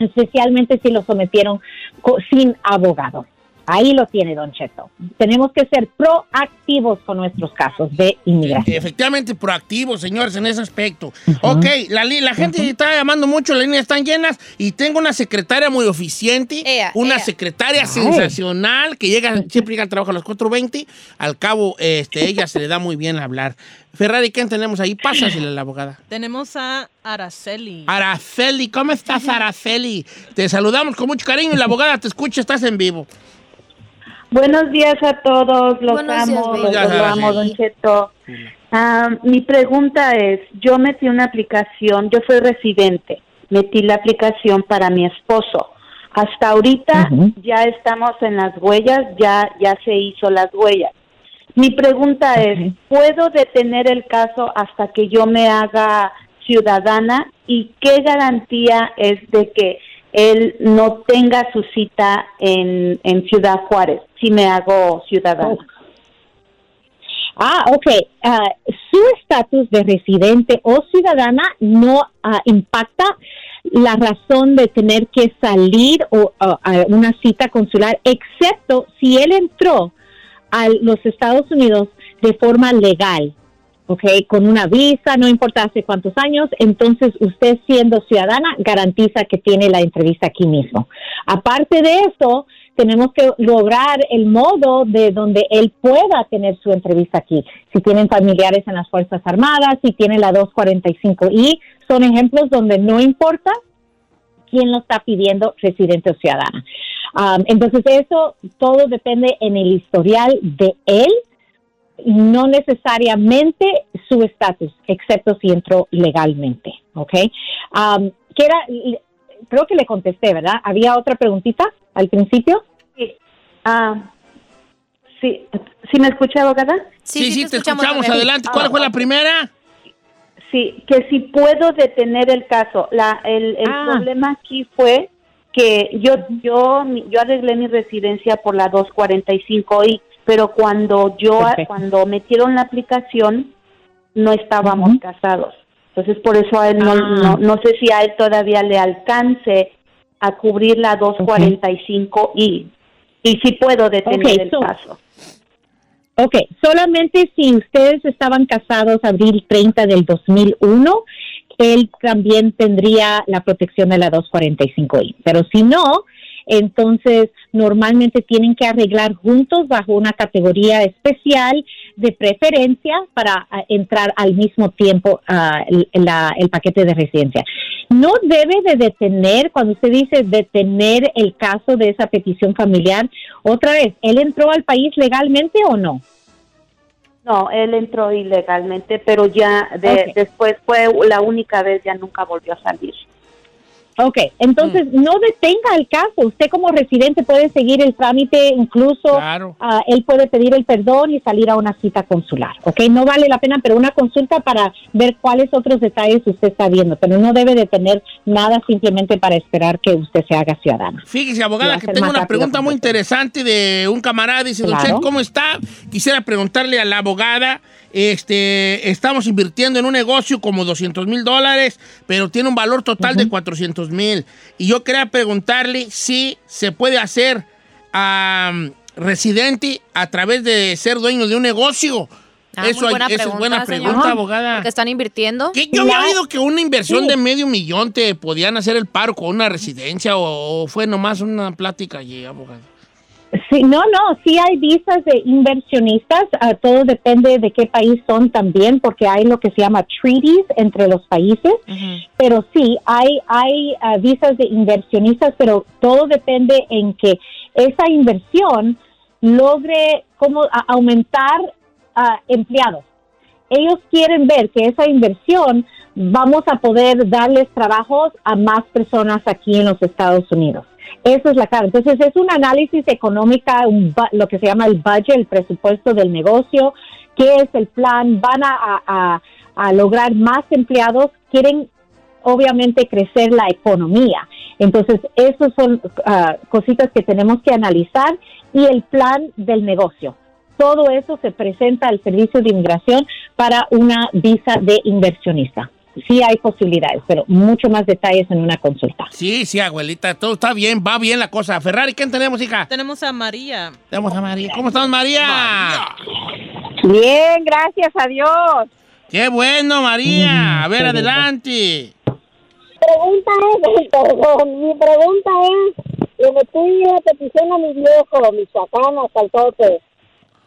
S7: especialmente si lo sometieron co- sin abogado.
S8: Ahí lo tiene Don Cheto. Tenemos que ser proactivos con nuestros casos de inmigración.
S2: Efectivamente, proactivos, señores, en ese aspecto. Ok, la, li- la gente está llamando mucho, las líneas están llenas y tengo una secretaria muy eficiente,
S4: Ea,
S2: una
S4: ea.
S2: secretaria sensacional que llega, siempre llega al trabajo a las 4.20. Al cabo, este, ella se le da muy bien hablar. Ferrari, ¿qué tenemos ahí? Pásasela a la abogada.
S5: Tenemos a Araceli.
S2: Araceli, ¿cómo estás, Araceli? Te saludamos con mucho cariño y la abogada te escucha, estás en vivo.
S10: Buenos días a todos, los
S4: Buenos días,
S10: amo,
S4: baby.
S10: los
S2: Ya,
S10: amo,
S2: ya,
S10: Don Cheto. Ah, mi pregunta es, yo metí una aplicación, yo soy residente, metí la aplicación para mi esposo. Hasta ahorita ya estamos en las huellas, ya ya se hizo las huellas. Mi pregunta es, ¿puedo detener el caso hasta que yo me haga ciudadana y qué garantía es de que él no tenga su cita en, en Ciudad Juárez si me hago ciudadana?
S8: Ah, ok. Ah, su estatus de residente o ciudadana no ah, impacta la razón de tener que salir o, ah, a una cita consular, excepto si él entró a los Estados Unidos de forma legal, ok, con una visa, no importa hace cuántos años, entonces usted siendo ciudadana garantiza que tiene la entrevista aquí mismo. Aparte de eso, tenemos que lograr el modo de eh, donde él pueda tener su entrevista aquí. Si tienen familiares en las Fuerzas Armadas, si tienen la 245I, son ejemplos donde no importa quién lo está pidiendo, residente o ciudadana. Am, entonces eso todo depende en el historial de él, y no necesariamente su estatus, excepto si entró legalmente, ¿ok? Am, que era- creo que le contesté, ¿verdad? Había otra preguntita al principio.
S10: Ah, sí, ¿sí me escucha, abogada?
S2: Sí, sí, te escuchamos. Oh.
S4: bebé.
S2: Adelante, ¿cuál fue la primera?
S10: Sí, que si puedo detener el caso. La, el el
S8: Ah.
S10: problema aquí fue que yo, yo, mi- yo arreglé mi residencia por la 245I, pero cuando yo,
S8: Perfecto.
S10: cuando metieron la aplicación, no estábamos
S8: Ujú.
S10: casados. Entonces, por eso a él no,
S8: Ah.
S10: no, no sé si a él todavía le alcance a cubrir la 245I. Y sí puedo detener
S8: Ok,
S10: el
S8: so-
S10: caso.
S8: Ok, solamente si ustedes estaban casados abril 30 del 2001, él también tendría la protección de la 245I. Pero si no, entonces normalmente tienen que arreglar juntos bajo una categoría especial de preferencia para ah, entrar al mismo tiempo ah, el- la- el paquete de residencia. No debe de detener, cuando usted dice detener el caso de esa petición familiar, otra vez, ¿él entró al país legalmente o no?
S10: No, él entró ilegalmente, pero ya de-
S8: Ok.
S10: después fue la única vez, ya nunca volvió a salir.
S8: Ok, entonces no detenga el caso. Usted como residente puede seguir el trámite, incluso
S2: Claro.
S8: ah, él puede pedir el perdón y salir a una cita consular. Ok, no vale la pena, pero una consulta para ver cuáles otros detalles usted está viendo, pero no debe detener nada simplemente para esperar que usted se haga ciudadana.
S2: Fíjese,
S8: Lo
S2: abogada,
S8: va a
S2: que
S8: hacer
S2: tengo
S8: más
S2: una
S8: rápido,
S2: pregunta muy
S8: profesor.
S2: interesante de un camarada. Dice, don
S8: Claro.
S2: Chet, ¿cómo está? Quisiera preguntarle a la abogada, este, estamos invirtiendo en un negocio como 200 mil dólares, pero tiene un valor total de 400 mil. Y yo quería preguntarle si se puede hacer am, residente a través de ser dueño de un negocio.
S4: Ah, muy buena
S2: esa es buena
S4: pregunta, señor.
S2: pregunta, abogada.
S4: Porque están invirtiendo.
S2: Que yo había
S8: La-
S2: oído que una inversión
S8: Sí.
S2: de medio millón te podían hacer el paro con una residencia o, o fue nomás una plática allí, abogado.
S8: Sí, no, no, sí hay visas de inversionistas, ah, todo depende de qué país son también, porque hay lo que se llama treaties entre los países, pero sí, hay, hay ah, visas de inversionistas, pero todo depende en que esa inversión logre como a- aumentar ah, empleados. Ellos quieren ver que esa inversión vamos a poder darles trabajos a más personas aquí en los Estados Unidos. Eso es la clave. Entonces es un análisis económica, un bu- lo que se llama el budget, el presupuesto del negocio, qué es el plan, van a, a- a lograr más empleados, quieren obviamente crecer la economía. Entonces esas son ah, cositas que tenemos que analizar y el plan del negocio. Todo eso se presenta al servicio de inmigración para una visa de inversionista. sí hay posibilidades, pero mucho más detalles en una consulta.
S2: Sí, sí, abuelita, todo está bien, va bien la cosa. Ferrari, ¿quién tenemos, hija?
S5: Tenemos a María.
S2: Tenemos a María. ¿Cómo estás, María?
S11: Bien, gracias a Dios.
S2: Qué bueno, María. A ver, adelante.
S11: Mm. pregunta es, (laughs) perdón, mi pregunta es, le metí la petición a mi viejo, mi chacana, hasta el tope.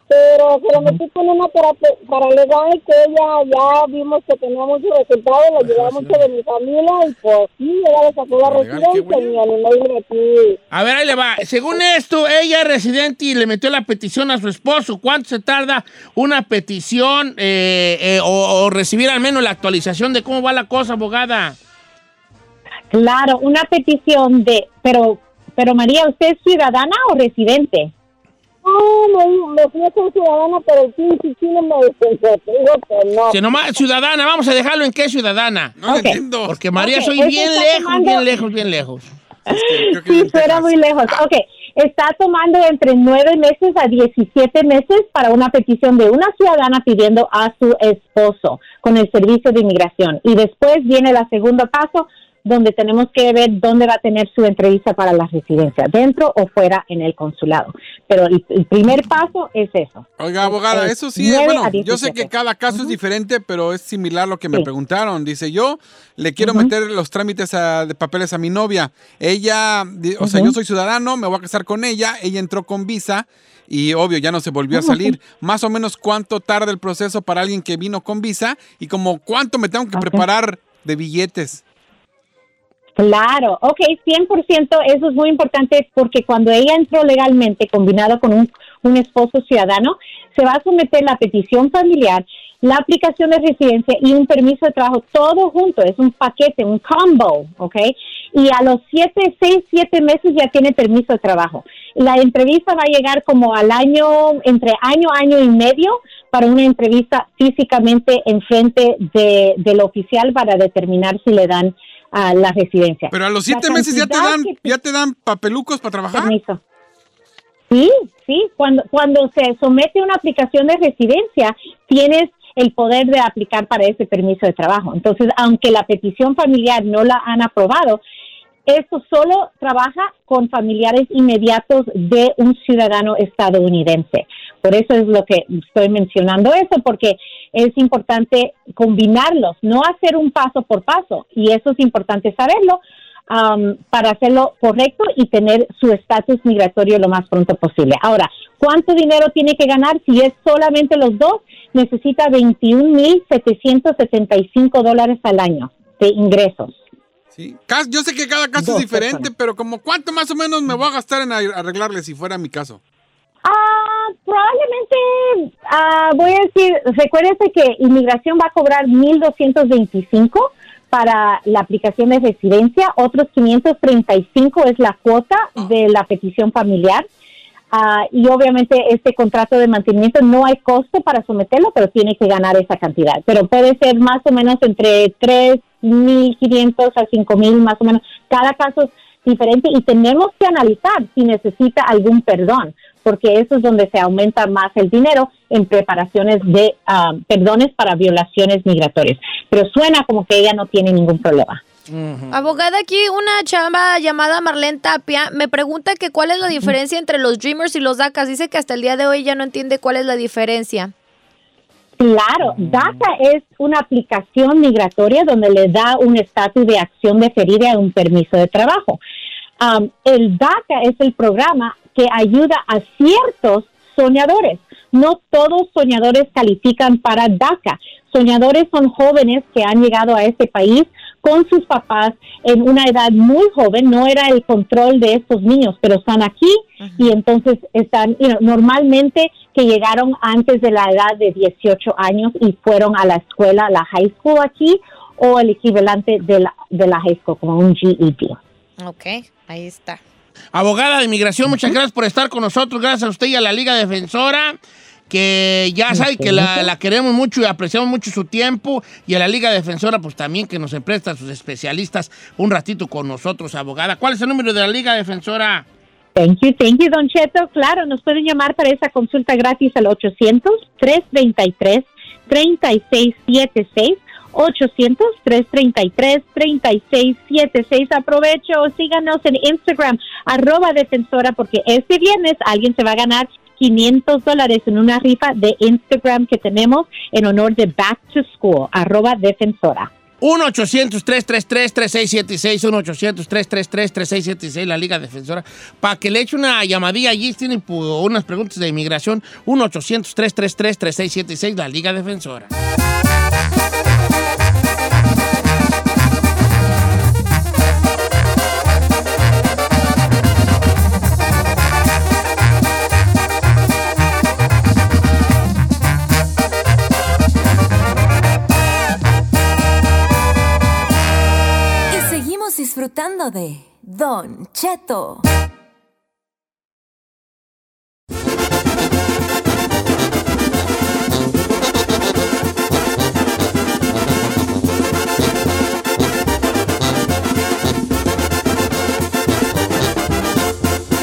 S11: Pero se lo metí con una parape- paralegal que ella ya vimos que tenía muchos resultados, lo ayudaba mucho de mi familia y pues sí, ella le sacó la residencia y me animé y le metí.
S2: A ver, ahí le va. Según esto, ella es residente y le metió la petición a su esposo. ¿Cuánto se tarda una petición eh, eh, o, o recibir al menos la actualización de cómo va la cosa, abogada?
S8: Claro, una petición de, pero, pero María, ¿usted es ciudadana o residente?
S11: Ah, No, me, me fui a ser ciudadana, pero el pinche chino me dijo que no.
S2: Si nomás, ciudadana, vamos a dejarlo en qué ciudadana. No entiendo. Porque María,
S8: Ok,
S2: soy
S8: eso
S2: bien
S8: está
S2: lejos,
S8: tomando-
S2: bien lejos, bien lejos.
S8: Sí, fuera muy lejos. Ok, está tomando entre nueve meses a 17 meses para una petición de una ciudadana pidiendo a su esposo con el servicio de inmigración. Y después viene la segundo paso donde tenemos que ver dónde va a tener su entrevista para la residencia, dentro o fuera en el consulado. Pero el, el primer paso es eso.
S6: Oiga, abogada,
S8: Eh,
S6: eso sí,
S8: nueve
S6: bueno,
S8: a
S6: yo sé que
S8: 17.
S6: cada caso es diferente, pero es similar a lo que me preguntaron. Dice, yo le quiero meter los trámites a- de papeles a mi novia. Ella, di- o sea, yo
S12: Ujú.
S6: soy ciudadano, me voy a casar con ella, ella entró con visa y obvio, ya no se volvió a
S12: Ah, ok.
S6: salir. Más o menos cuánto tarda el proceso para alguien que vino con visa y como cuánto me tengo que preparar de billetes.
S8: Claro, ok, 100%, eso es muy importante porque cuando ella entró legalmente combinado con un, un esposo ciudadano, se va a someter la petición familiar, la aplicación de residencia y un permiso de trabajo, todo junto, es un paquete, un combo, ok, y a los 7, 6, 7 meses ya tiene permiso de trabajo. La entrevista va a llegar como al año, entre año, año y medio, para una entrevista físicamente enfrente de, del oficial para determinar si le dan a la residencia.
S6: Pero a los siete
S8: La
S6: meses ya te
S8: cantidad
S6: dan,
S8: que-
S6: ya te dan papelucos para trabajar.
S8: Permiso. Sí, sí, cuando, cuando se somete una aplicación de residencia, tienes el poder de aplicar para ese permiso de trabajo. Entonces, aunque la petición familiar no la han aprobado, esto solo trabaja con familiares inmediatos de un ciudadano estadounidense. Por eso es lo que estoy mencionando eso, porque es importante combinarlos, no hacer un paso por paso. Y eso es importante saberlo am, para hacerlo correcto y tener su estatus migratorio lo más pronto posible. Ahora, ¿cuánto dinero tiene que ganar? Si es solamente los dos, necesita 21.775 dólares al año de ingresos.
S6: Sí. Cas- Yo sé que cada caso es diferente, pero como cuánto más o menos me voy a gastar en ar- arreglarle si fuera mi caso.
S8: Ah, probablemente, ah, voy a decir, recuérdense que inmigración va a cobrar 1.225 para la aplicación de residencia, otros 535 es la cuota de la petición familiar. Ah, y obviamente este contrato de mantenimiento no hay costo para someterlo, pero tiene que ganar esa cantidad. Pero puede ser más o menos entre 3.500 a 5.000, más o menos. Cada caso es diferente y tenemos que analizar si necesita algún perdón, porque eso es donde se aumenta más el dinero en preparaciones de ah, perdones para violaciones migratorias. Pero suena como que ella no tiene ningún problema.
S4: Abogada, aquí una chamba llamada Marlene Tapia me pregunta que cuál es la diferencia entre los Dreamers y los DACAs. Dice que hasta el día de hoy ya no entiende cuál es la diferencia.
S8: Claro, DACA es una aplicación migratoria donde le da un estatus de acción deferida a un permiso de trabajo. Am, el DACA es el programa que ayuda a ciertos soñadores. No todos soñadores califican para DACA. Soñadores son jóvenes que han llegado a este país con sus papás en una edad muy joven. No era el control de estos niños, pero están aquí y entonces están you know, normalmente que llegaron antes de la edad de 18 años y fueron a la escuela, la high school aquí o el equivalente de la, de la high school, como un E GED.
S4: Ok, ahí está.
S2: Abogada de inmigración, muchas gracias por estar con nosotros. Gracias a usted y a la Liga Defensora, que ya sabe que la, la queremos mucho y apreciamos mucho su tiempo. Y a la Liga Defensora, pues también que nos empresta a sus especialistas un ratito con nosotros, abogada. ¿Cuál es el número de la Liga Defensora?
S8: Thank you, thank you, Don Cheto. Claro, nos pueden llamar para esa consulta gratis al 800-333-3676 1-800-333-3676. Aprovecho, síganos en Instagram, arroba defensora, porque este viernes alguien se va a ganar 500 dólares en una rifa de Instagram que tenemos en honor de Back to School, arroba defensora.
S2: 1-800-333-3676, 1-800-333-3676, la Liga Defensora, para que le eche una llamadilla allí, tienen pu- unas preguntas de inmigración, 1-800-333-3676, la Liga Defensora.
S9: Y seguimos disfrutando de Don Cheto.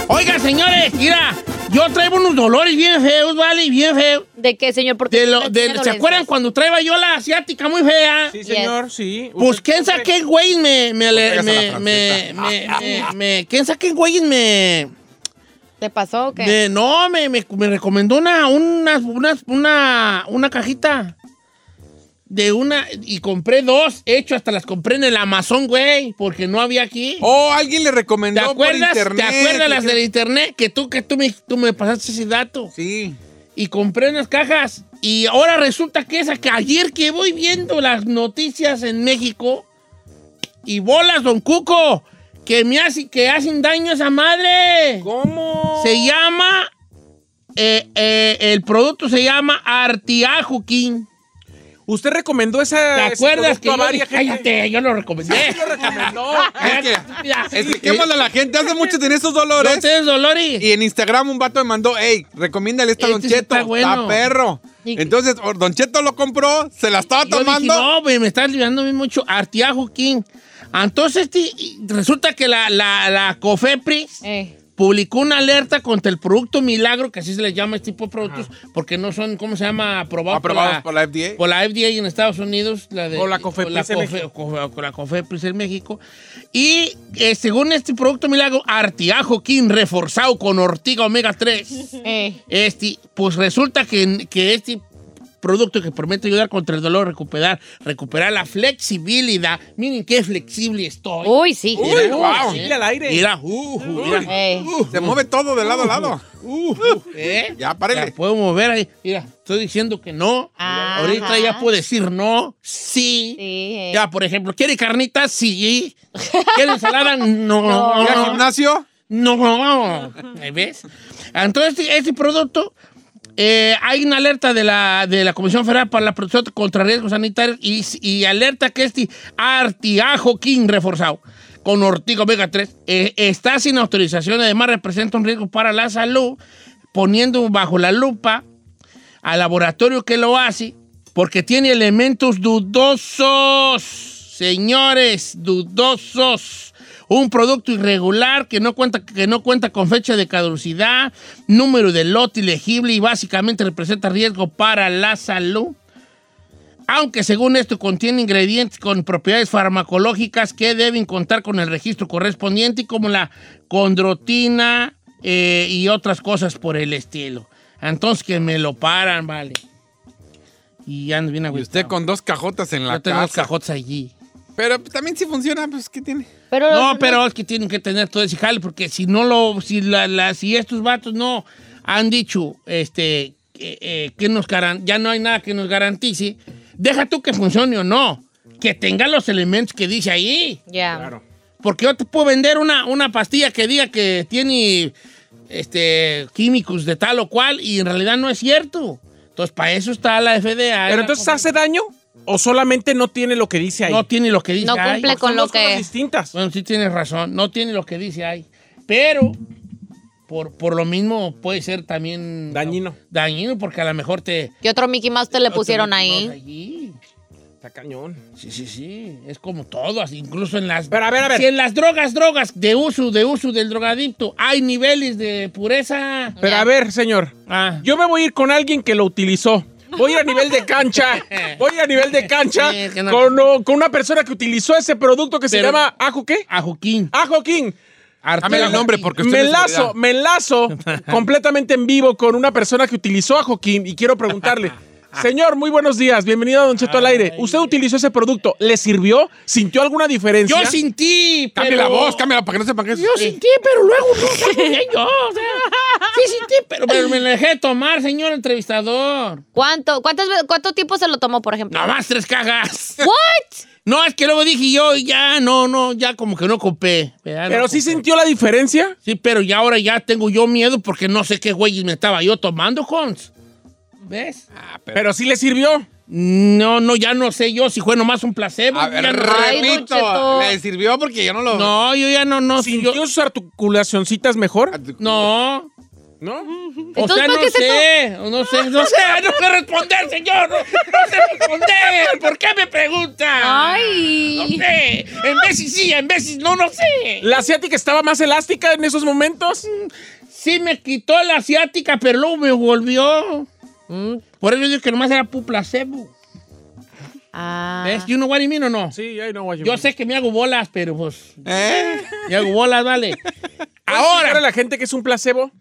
S2: Oiga, señores, mira, yo traigo unos dolores bien feos, ¿vale? Bien feos.
S4: ¿De qué, señor? Porque
S2: De lo- de- ¿Se acuerdan cuando traía yo la asiática muy fea?
S3: Sí, señor, sí.
S2: Pues
S3: Usted-
S2: quién sabe qué güey me me
S3: pegas
S2: le-
S3: a la
S2: me me me me- me- quién sabe qué güey me
S4: ¿Te pasó o qué?
S2: me- no me, me, me recomendó una, una una una una cajita de una y compré dos, hecho hasta las compré en el Amazon, güey, porque no había aquí.
S6: Oh, alguien le recomendó
S2: ¿Te acuerdas?
S6: por internet.
S2: ¿Te acuerdas las del
S6: de
S2: internet que tú que tú me tú me pasaste ese dato? Sí. Y compré unas cajas y ahora resulta que esa que ayer que voy viendo las noticias en México y bolas Don Cuco que me hace, que hacen daño a esa madre.
S3: ¿Cómo?
S2: Se llama eh, eh, el producto se llama Artiajuquín.
S3: Usted recomendó esa
S2: ¿Te
S3: ese
S2: acuerdas que
S3: producto a
S2: yo,
S3: varias gente?
S2: cállate, yo lo recomendé.
S3: lo
S2: (laughs)
S3: recomendó.
S6: Expliquémosle a la gente, hace mucho tiene esos dolores.
S2: No tienes dolores.
S6: Y en Instagram un vato me mandó, hey, recomiéndale esta
S2: Este
S6: Don
S2: sí
S6: Cheto,
S2: está
S6: está,
S2: bueno.
S6: perro.
S2: Y-
S6: Entonces, o Don Cheto lo compró, se la estaba
S2: Yo dije,
S6: tomando.
S2: no, güey, me estás librando bien mucho. Artiajo King. Entonces, ti- resulta que la, la, la COFEPRIS
S4: Eh,
S2: publicó una alerta contra el producto milagro, que así se les llama este tipo de productos, porque no son, ¿cómo se llama? Aprobados,
S6: Aprobados
S2: por,
S6: por
S2: la,
S6: la FDA.
S2: por la FDA en Estados Unidos. La de,
S6: O la COFEPRIS
S2: o
S6: en
S2: la
S6: México.
S2: cofe- o la COFEPRIS en México. Y eh, según este producto milagro, Artiajo King reforzado con ortiga omega 3.
S6: (laughs)
S4: eh.
S2: Este, pues resulta que, que este producto que promete ayudar contra el dolor, recuperar, recuperar la flexibilidad. Miren qué flexible estoy.
S4: Uy, sí.
S2: Mira,
S6: Uy,
S2: uh,
S6: wow.
S2: sí.
S6: Flexible al aire.
S2: Mira, uh, uh,
S6: Uy.
S2: mira.
S6: Se mueve todo de lado a lado. Uh,
S2: ¿Eh?
S6: Ya, párele.
S2: La puedo mover ahí. Mira, estoy diciendo que no.
S6: Ah,
S4: Ajá.
S2: Ahorita ya puedo decir no, sí.
S4: Sí, eh.
S2: Ya, por ejemplo, ¿quiere carnitas? Sí. ¿Quiere ensalada? No.
S6: ¿Ir al gimnasio?
S2: No, ¿me ¿ves? Entonces, este- este producto, eh, hay una alerta de la, de la Comisión Federal para la Protección contra Riesgos Sanitarios y, y alerta que este artiajo king reforzado con ortigo omega 3 eh, está sin autorización, además representa un riesgo para la salud, poniendo bajo la lupa al laboratorio que lo hace porque tiene elementos dudosos, señores, dudosos. Un producto irregular que no, cuenta, que no cuenta con fecha de caducidad, número de lote ilegible y básicamente representa riesgo para la salud. Aunque según esto contiene ingredientes con propiedades farmacológicas que deben contar con el registro correspondiente como la condrotina eh, y otras cosas por el estilo. Entonces que me lo paran, vale. Y ando bien
S6: Y
S2: agüitado.
S6: usted con dos cajotas en la
S2: Yo tengo
S6: casa.
S2: cajotes allí.
S6: Pero pues, también si funciona, pues, ¿qué tiene?
S4: Pero,
S2: No, pero es que tienen que tener todo ese jale, porque si no lo, si la, la- si estos vatos no han dicho, este, que, eh, que nos garan- ya no hay nada que nos garantice, deja tú que funcione o no, que tenga los elementos que dice ahí.
S4: Ya.
S2: Porque yo te puedo vender una, una pastilla que diga que tiene este, químicos de tal o cual y en realidad no es cierto. Entonces, para eso está la FDA.
S3: Pero entonces hace daño o solamente no tiene lo que dice ahí.
S2: No tiene lo que dice
S4: No
S2: ahí.
S4: cumple
S3: Son
S4: con lo
S3: dos cosas
S4: que...
S3: distintas.
S2: Bueno, sí tienes razón, no tiene lo que dice ahí. Pero por, por lo mismo puede ser también
S3: Dañino.
S2: dañino porque a lo mejor te...
S4: ¿Qué otro Mickey Mouse te le pusieron ahí?
S2: Allí.
S3: Está cañón.
S2: Sí, sí, sí, es como todo, así, incluso en las...
S3: Pero a ver, a ver.
S2: Si en las drogas, drogas de uso, de uso del drogadicto, hay niveles de pureza...
S3: Pero a ver, señor.
S2: Ah,
S3: Yo me voy a ir con alguien que lo utilizó. voy a ir a nivel de cancha, voy a ir a nivel
S4: (laughs)
S3: de cancha con, o- con una persona que utilizó ese producto que se
S2: Pero-
S3: llama ajo qué?
S2: ah, Ajoquín.
S3: Ajoquín.
S2: Dame el nombre, porque usted
S3: me
S2: es
S3: enlazo,
S2: autoridad. (laughs)
S3: me enlazo completamente en vivo con una persona que utilizó a Joaquín y
S2: (laughs)
S3: quiero preguntarle, señor, muy buenos días, bienvenido a Don Cheto al aire. ¿Usted utilizó ese producto? ¿Le sirvió? ¿Sintió alguna diferencia?
S2: Yo sentí,
S3: Cambia
S2: pero-
S3: la
S6: Pues
S2: (laughs)
S3: voz, cámbiala para que no sepan qué es.
S2: Yo sentí, pero luego no sabía yo. O sea, sí sentí, pero, pero me dejé tomar, señor entrevistador.
S4: ¿Cuánto, cuántas, ve- ¿Cuánto tiempo se lo tomó, por ejemplo?
S2: Nada más tres cajas.
S4: (laughs) ¿What?
S2: No, es que luego dije yo, ya, no, no, ya como que no copé.
S3: ¿Pero sí sintió la diferencia?
S2: Sí, pero ya ahora ya tengo yo miedo porque no sé qué güey me estaba yo tomando, Cons. ¿Ves?
S3: pero... sí le sirvió.
S2: No, no, ya no sé yo si fue nomás un placebo.
S6: A ver,
S2: ya no-
S6: repito, le sirvió porque yo no lo...
S2: No, yo Ah, ya no, no.
S3: ¿Sintió sus articulacioncitas mejor?
S2: No.
S3: ¿No?
S2: O sea, no sé, no sé, no sé, no sé responder, señor, no, no sé responder, ¿por qué me pregunta?
S4: Ay.
S2: No sé, en veces sí, en veces no, no sé.
S3: ¿La asiática estaba más elástica en esos momentos?
S2: Mm. Sí me quitó la asiática, pero luego me volvió. Por eso digo que nomás era pu placebo.
S4: Ah.
S2: ¿Ves? You know what I mean o no?
S3: Sí, I know what you
S2: Yo
S3: mean.
S2: sé que me hago bolas, pero pues...
S6: ¿Eh?
S2: Me hago bolas, (laughs) vale. Ahora...
S3: la gente que es un placebo?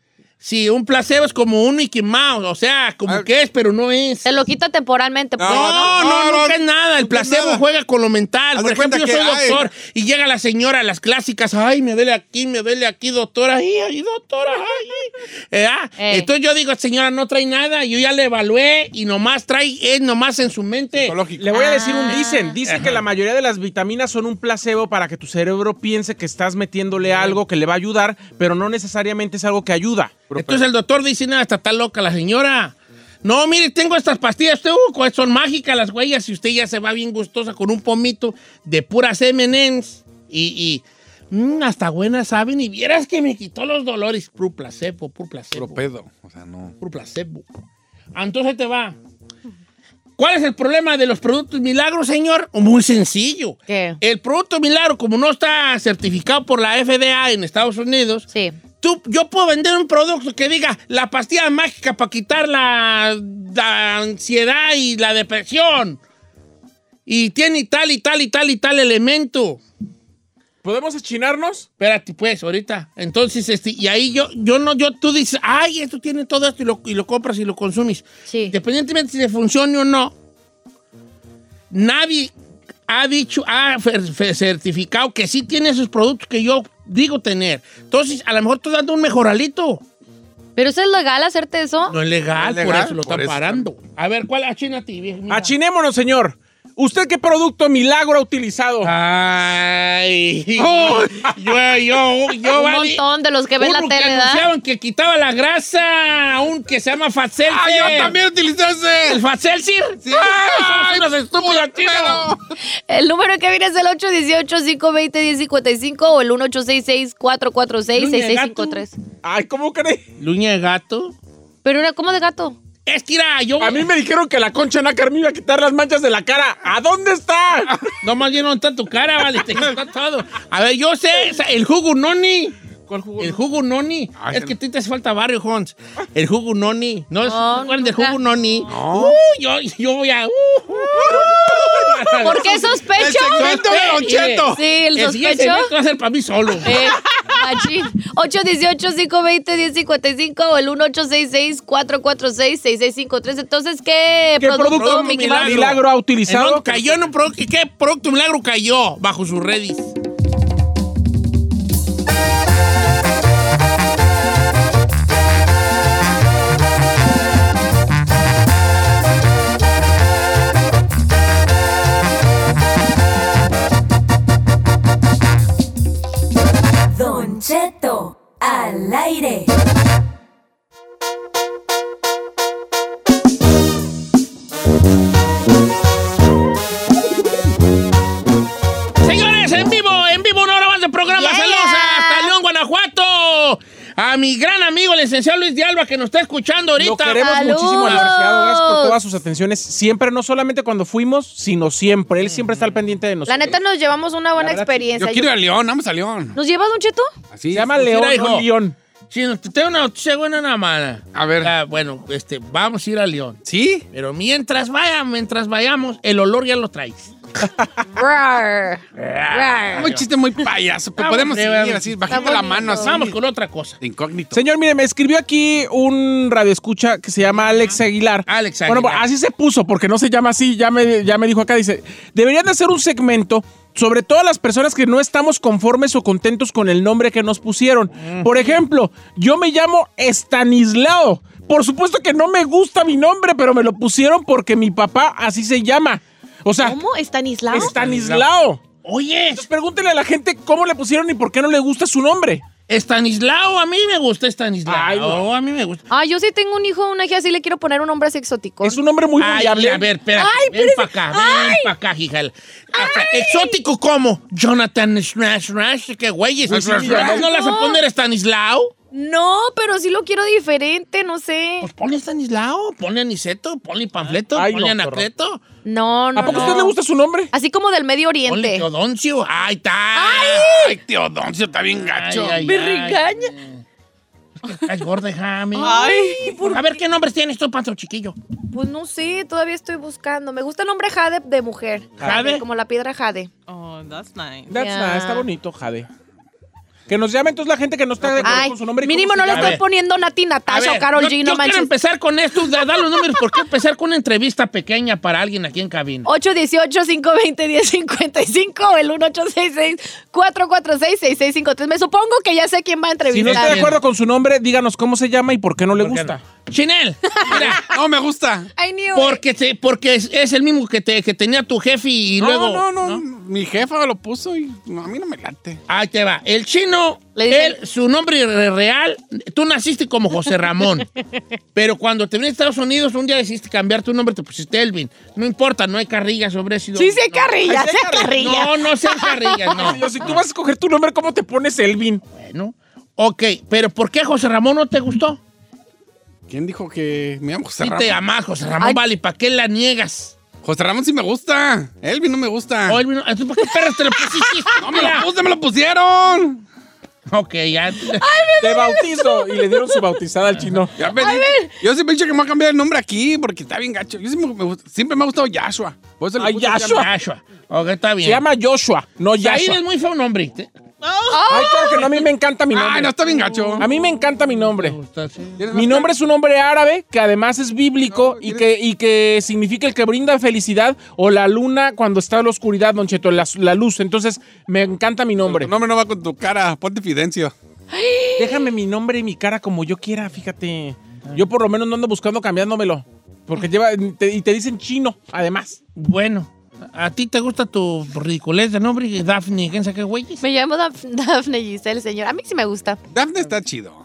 S2: Sí, un placebo es como un Mickey Mouse, o sea, como que es, pero no es.
S4: Se lo quita temporalmente.
S2: No,
S4: pues.
S2: no, no, nunca es nada. El placebo juega con lo mental.
S4: Haz
S2: Por
S4: de
S2: ejemplo, yo
S4: cuenta
S2: soy
S4: que, ay.
S2: doctor y llega la señora a las clásicas. Ay, me duele aquí, me duele aquí, doctora. Ay, ay, doctora, ay. Eh, ah,
S3: Ey.
S2: Entonces yo digo, señora, no trae nada. Yo ya le evalué y nomás trae, es nomás en su mente.
S3: Le voy a decir
S2: Ah.
S3: un dicen. Dicen que la mayoría de las vitaminas son un placebo para que tu cerebro piense que estás metiéndole algo que le va a ayudar, pero no necesariamente es algo que ayuda.
S2: Entonces el doctor dice, nada, está tan loca la señora. No, mire, tengo estas pastillas, usted, uh, cu- son mágicas las huellas y usted ya se va bien gustosa con un pomito de puras M&M's y, y, mm, hasta buenas saben y vieras que me quitó los dolores. Puro placebo, puro placebo. Puro
S6: pedo, o sea, no.
S2: Puro placebo. Entonces te va. ¿Cuál es el problema de los productos milagros, señor? Muy sencillo. El producto milagro, como no está certificado por la FDA en Estados Unidos, tú, yo puedo vender un producto que diga la pastilla mágica para quitar la, la ansiedad y la depresión. Y tiene tal y tal y tal y tal elemento.
S3: ¿Podemos achinarnos?
S2: Espérate, pues, ahorita. Entonces, este, y ahí yo, yo no, yo, tú dices, ay, esto tiene todo esto y lo, y lo compras y lo consumes.
S4: Sí.
S2: Independientemente si le funcione o no, nadie ha dicho, ha fer- fer- certificado que sí tiene esos productos que yo digo tener. Entonces, a lo mejor estoy dando un mejoralito.
S4: ¿Pero eso es legal hacerte eso?
S2: No es legal,
S3: No es legal,
S2: por eso lo
S3: por
S2: están
S3: eso. Ah,
S2: parando. A ver, ¿cuál achina ti? vieja? Mira.
S3: Achinémonos, señor. ¿Usted qué producto milagro ha utilizado?
S2: Ah.
S3: (laughs)
S2: Ay. yo, yo, yo,
S4: Un
S2: vale.
S4: montón de los que ven la
S2: Uno que
S4: tele, ¿verdad?
S2: anunciaban que quitaba la grasa, un que se llama Facel.
S4: Ah, yo también
S2: utilicé ese. ¿El Facel, sí? Sí. ¡Ay, somos unos estúpidos, tío!
S4: El número que viene es el 818-520-1055 o el 1866-446-6653.
S3: Ay, ¿cómo crees?
S2: ¿Luña de gato?
S4: Pero era como de gato.
S2: (laughs) Es que mira, yo...
S3: A mí me dijeron que la concha nácar me iba a quitar las manchas de la cara. ¿A dónde
S2: (laughs)
S3: está?
S2: No, más bien no está tu cara, vale. Te quitó todo. A ver, yo sé, o sea, el jugo noni.
S3: ¿Cuál jugo?
S2: El jugo noni. es que a ti te hace falta barrio, Hons. El jugo noni. ¿No es
S4: No,
S2: ¿cuál del jugo noni?
S6: No.
S2: Uh, yo, yo voy a... uh, uh, uh.
S4: ¿Por qué sospecho?
S2: El segmento de Don Cheto.
S4: Sí, el
S2: Eh, siguiente
S4: sospecho.
S2: segmento va a ser para mí solo.
S4: Eh, machín. 818-520-1055 o el 1866-446-6653. Entonces, ¿qué, Mickey Mouse?
S3: ha utilizado?
S2: ¿En dónde cayó en un producto? ¿Qué producto milagro cayó bajo sus redes?
S9: Don Cheto al aire.
S2: Señores, en vivo, en vivo, una hora más de programa. Saludos hasta León, Guanajuato. A mi gran amigo, el licenciado Luis de Alba, que nos está escuchando ahorita.
S3: Lo queremos muchísimo, licenciado. Gracias por todas sus atenciones. Siempre, no solamente cuando fuimos, sino siempre. Él siempre está al pendiente de
S4: La
S3: nosotros.
S4: neta, nos llevamos una buena
S3: verdad,
S4: experiencia.
S3: yo quiero ir a
S6: León, vamos a León.
S4: ¿Nos llevas, Don Cheto?
S6: Así
S3: Se llama León, no León.
S2: Sí, no, te tengo una noticia buena nada más. A ver. bueno, este, vamos a ir a León.
S6: ¿Sí?
S2: Pero mientras vaya, mientras vayamos, el olor ya lo traes.
S6: Un chiste muy payaso, pero
S2: Ah,
S6: podemos
S2: hombre,
S6: seguir
S2: vamos.
S6: así, bajando la mano así.
S2: Pues Vamos con otra cosa.
S6: De incógnito.
S3: Señor, mire, me escribió aquí un radioescucha que se llama Alex Aguilar.
S2: Alex
S3: Bueno, pues, así se puso, porque no se llama así, ya me, ya me dijo acá, dice, deberían de hacer un segmento sobre todas las personas que no estamos conformes o contentos con el nombre que nos pusieron. Por ejemplo, yo me llamo Estanislao. Por supuesto que no me gusta mi nombre, pero me lo pusieron porque mi papá así se llama. O sea,
S4: ¿Cómo? ¿Estanislao?
S3: Estanislao.
S2: Oye.
S3: Entonces pregúntenle a la gente cómo le pusieron y por qué no le gusta su nombre.
S2: Estanislao, a mí me gusta Estanislao. a mí me gusta.
S4: Ah, yo sí tengo un hijo, una hija, sí le quiero poner un nombre así exótico.
S3: Es un nombre muy
S2: Ay,
S3: viable.
S2: a ver, espérate.
S4: Ay,
S2: ven para acá, ven para acá, hija. Hasta exótico como Jonathan Smash Smash, qué güeyes.
S3: Pues sí, ya.
S2: ¿No las a poner Estanislao?
S4: No, pero sí lo quiero diferente, no sé.
S2: Pues ponle Estanislao, ponle Aniceto, ponle Panfleto,
S3: Ay,
S2: ponle
S3: no,
S2: Anacleto.
S4: No, no.
S3: ¿A poco a
S4: no.
S3: usted le gusta su nombre?
S4: Así como del Medio
S2: Ponle
S4: Oriente.
S2: Teodoncio. ¡Ay, está!
S6: Ay, Teodoncio está bien gacho.
S2: ay,
S4: Me
S2: ay.
S4: regaña.
S2: Estás gorda, hija, mi.
S5: Ay,
S2: A ver, ¿qué nombres tienes tú, Panzo Chiquillo?
S4: Pues no sé, todavía estoy buscando. Me gusta el nombre Jade de mujer.
S2: ¿Jade?
S4: Como la piedra Jade.
S5: Oh, that's nice.
S3: That's
S4: Ya.
S3: nice, está bonito, Jade. Que nos llame entonces la gente que no está de acuerdo
S4: Ay,
S3: con su nombre. y
S4: mínimo no
S3: cómo se
S4: le
S3: llama.
S4: estoy poniendo Nati
S2: A
S4: Natasha
S2: ver,
S4: o Carol
S2: yo-
S4: G,
S2: yo
S4: no
S2: quiero
S4: manches.
S2: empezar con esto, da, da los números. ¿Por qué empezar con una entrevista pequeña para alguien aquí en cabina?
S4: 818-520-1055 o el 1866-446-6653. Me supongo que ya sé quién va a
S3: Si no
S4: entrevistar.
S3: está de acuerdo con su nombre, díganos cómo se llama y por qué no le
S2: ¿Por qué
S3: gusta.
S2: Chinel,
S6: (laughs)
S2: mira,
S6: No me gusta.
S4: I knew it.
S2: porque, te- porque es, es el mismo que, te, que tenía tu jefe y (laughs)
S6: no,
S2: luego...
S6: no, no, Mi jefa me lo puso y no, a mí no me late.
S2: Ahí te va. El chino,
S4: Le dicen-
S2: él, su nombre re- real, tú naciste como José
S4: (laughs)
S2: Ramón. pero cuando te viniste a Estados Unidos, un día decidiste cambiar tu nombre, te pusiste Elvin. No importa, no hay carrilla sobre eso.
S4: Sí, sí, hay carrilla,
S3: Ay, sí
S4: sí
S3: hay
S4: hay carrilla.
S2: No, no sean carrillas, no.
S3: Yo, si tú vas a escoger tu nombre, ¿cómo te pones Elvin?
S2: Bueno, ok, pero ¿por qué José Ramón no te gustó?
S6: ¿Quién dijo que me llamo José
S2: Si
S6: Ramón?
S2: te amas, José Ramón,
S4: Ay.
S2: vale, ¿para qué la niegas?
S6: José Ramón sí me gusta. Elvin no me gusta.
S2: O Elvin, ¿tú ¿Por qué perras te lo pusiste?
S6: Ah. (laughs) No me
S2: Mira.
S6: lo puse, me lo pusieron.
S2: (laughs) Ok, ya.
S3: Te bautizo. Y le dieron su bautizada al chino.
S6: Ya me di- Yo siempre he dicho que me voy a cambiar el nombre aquí porque está bien gacho. Yo siempre me, gusta- siempre me ha gustado Yashua. Por eso le
S3: Ay,
S6: puse
S3: Yashua.
S2: Joshua. Ok, está bien.
S3: Se llama Joshua, no
S2: Yair es
S3: Yashua.
S2: muy feo nombre. ¿te-
S3: Ay, claro que no, a mí me encanta mi nombre.
S6: Ay, no, está bien gacho.
S3: A mí me encanta mi nombre.
S2: te gusta, sí?
S6: ¿Tienes
S3: Mi
S6: más
S3: nombre es un nombre árabe que además es bíblico
S6: No,
S3: y,
S6: ¿quieres-
S3: que, y que significa el que brinda felicidad o la luna cuando está la oscuridad, Don Cheto, la, la luz. Entonces, me encanta mi
S6: cara?
S3: nombre.
S6: Tu nombre no va con tu cara. Ponte Fidencio.
S3: Déjame mi nombre y mi cara como yo quiera, fíjate. Yo por lo menos no ando buscando cambiándomelo. Porque lleva. te- y te dicen chino, además.
S2: Bueno, ¿a ti te gusta tu ridiculez de nombre? Daphne, ¿quién sabe qué güeyes?
S4: Me llamo Daf- Dafne Giselle, señor. A mí sí me gusta.
S6: Daphne está chido.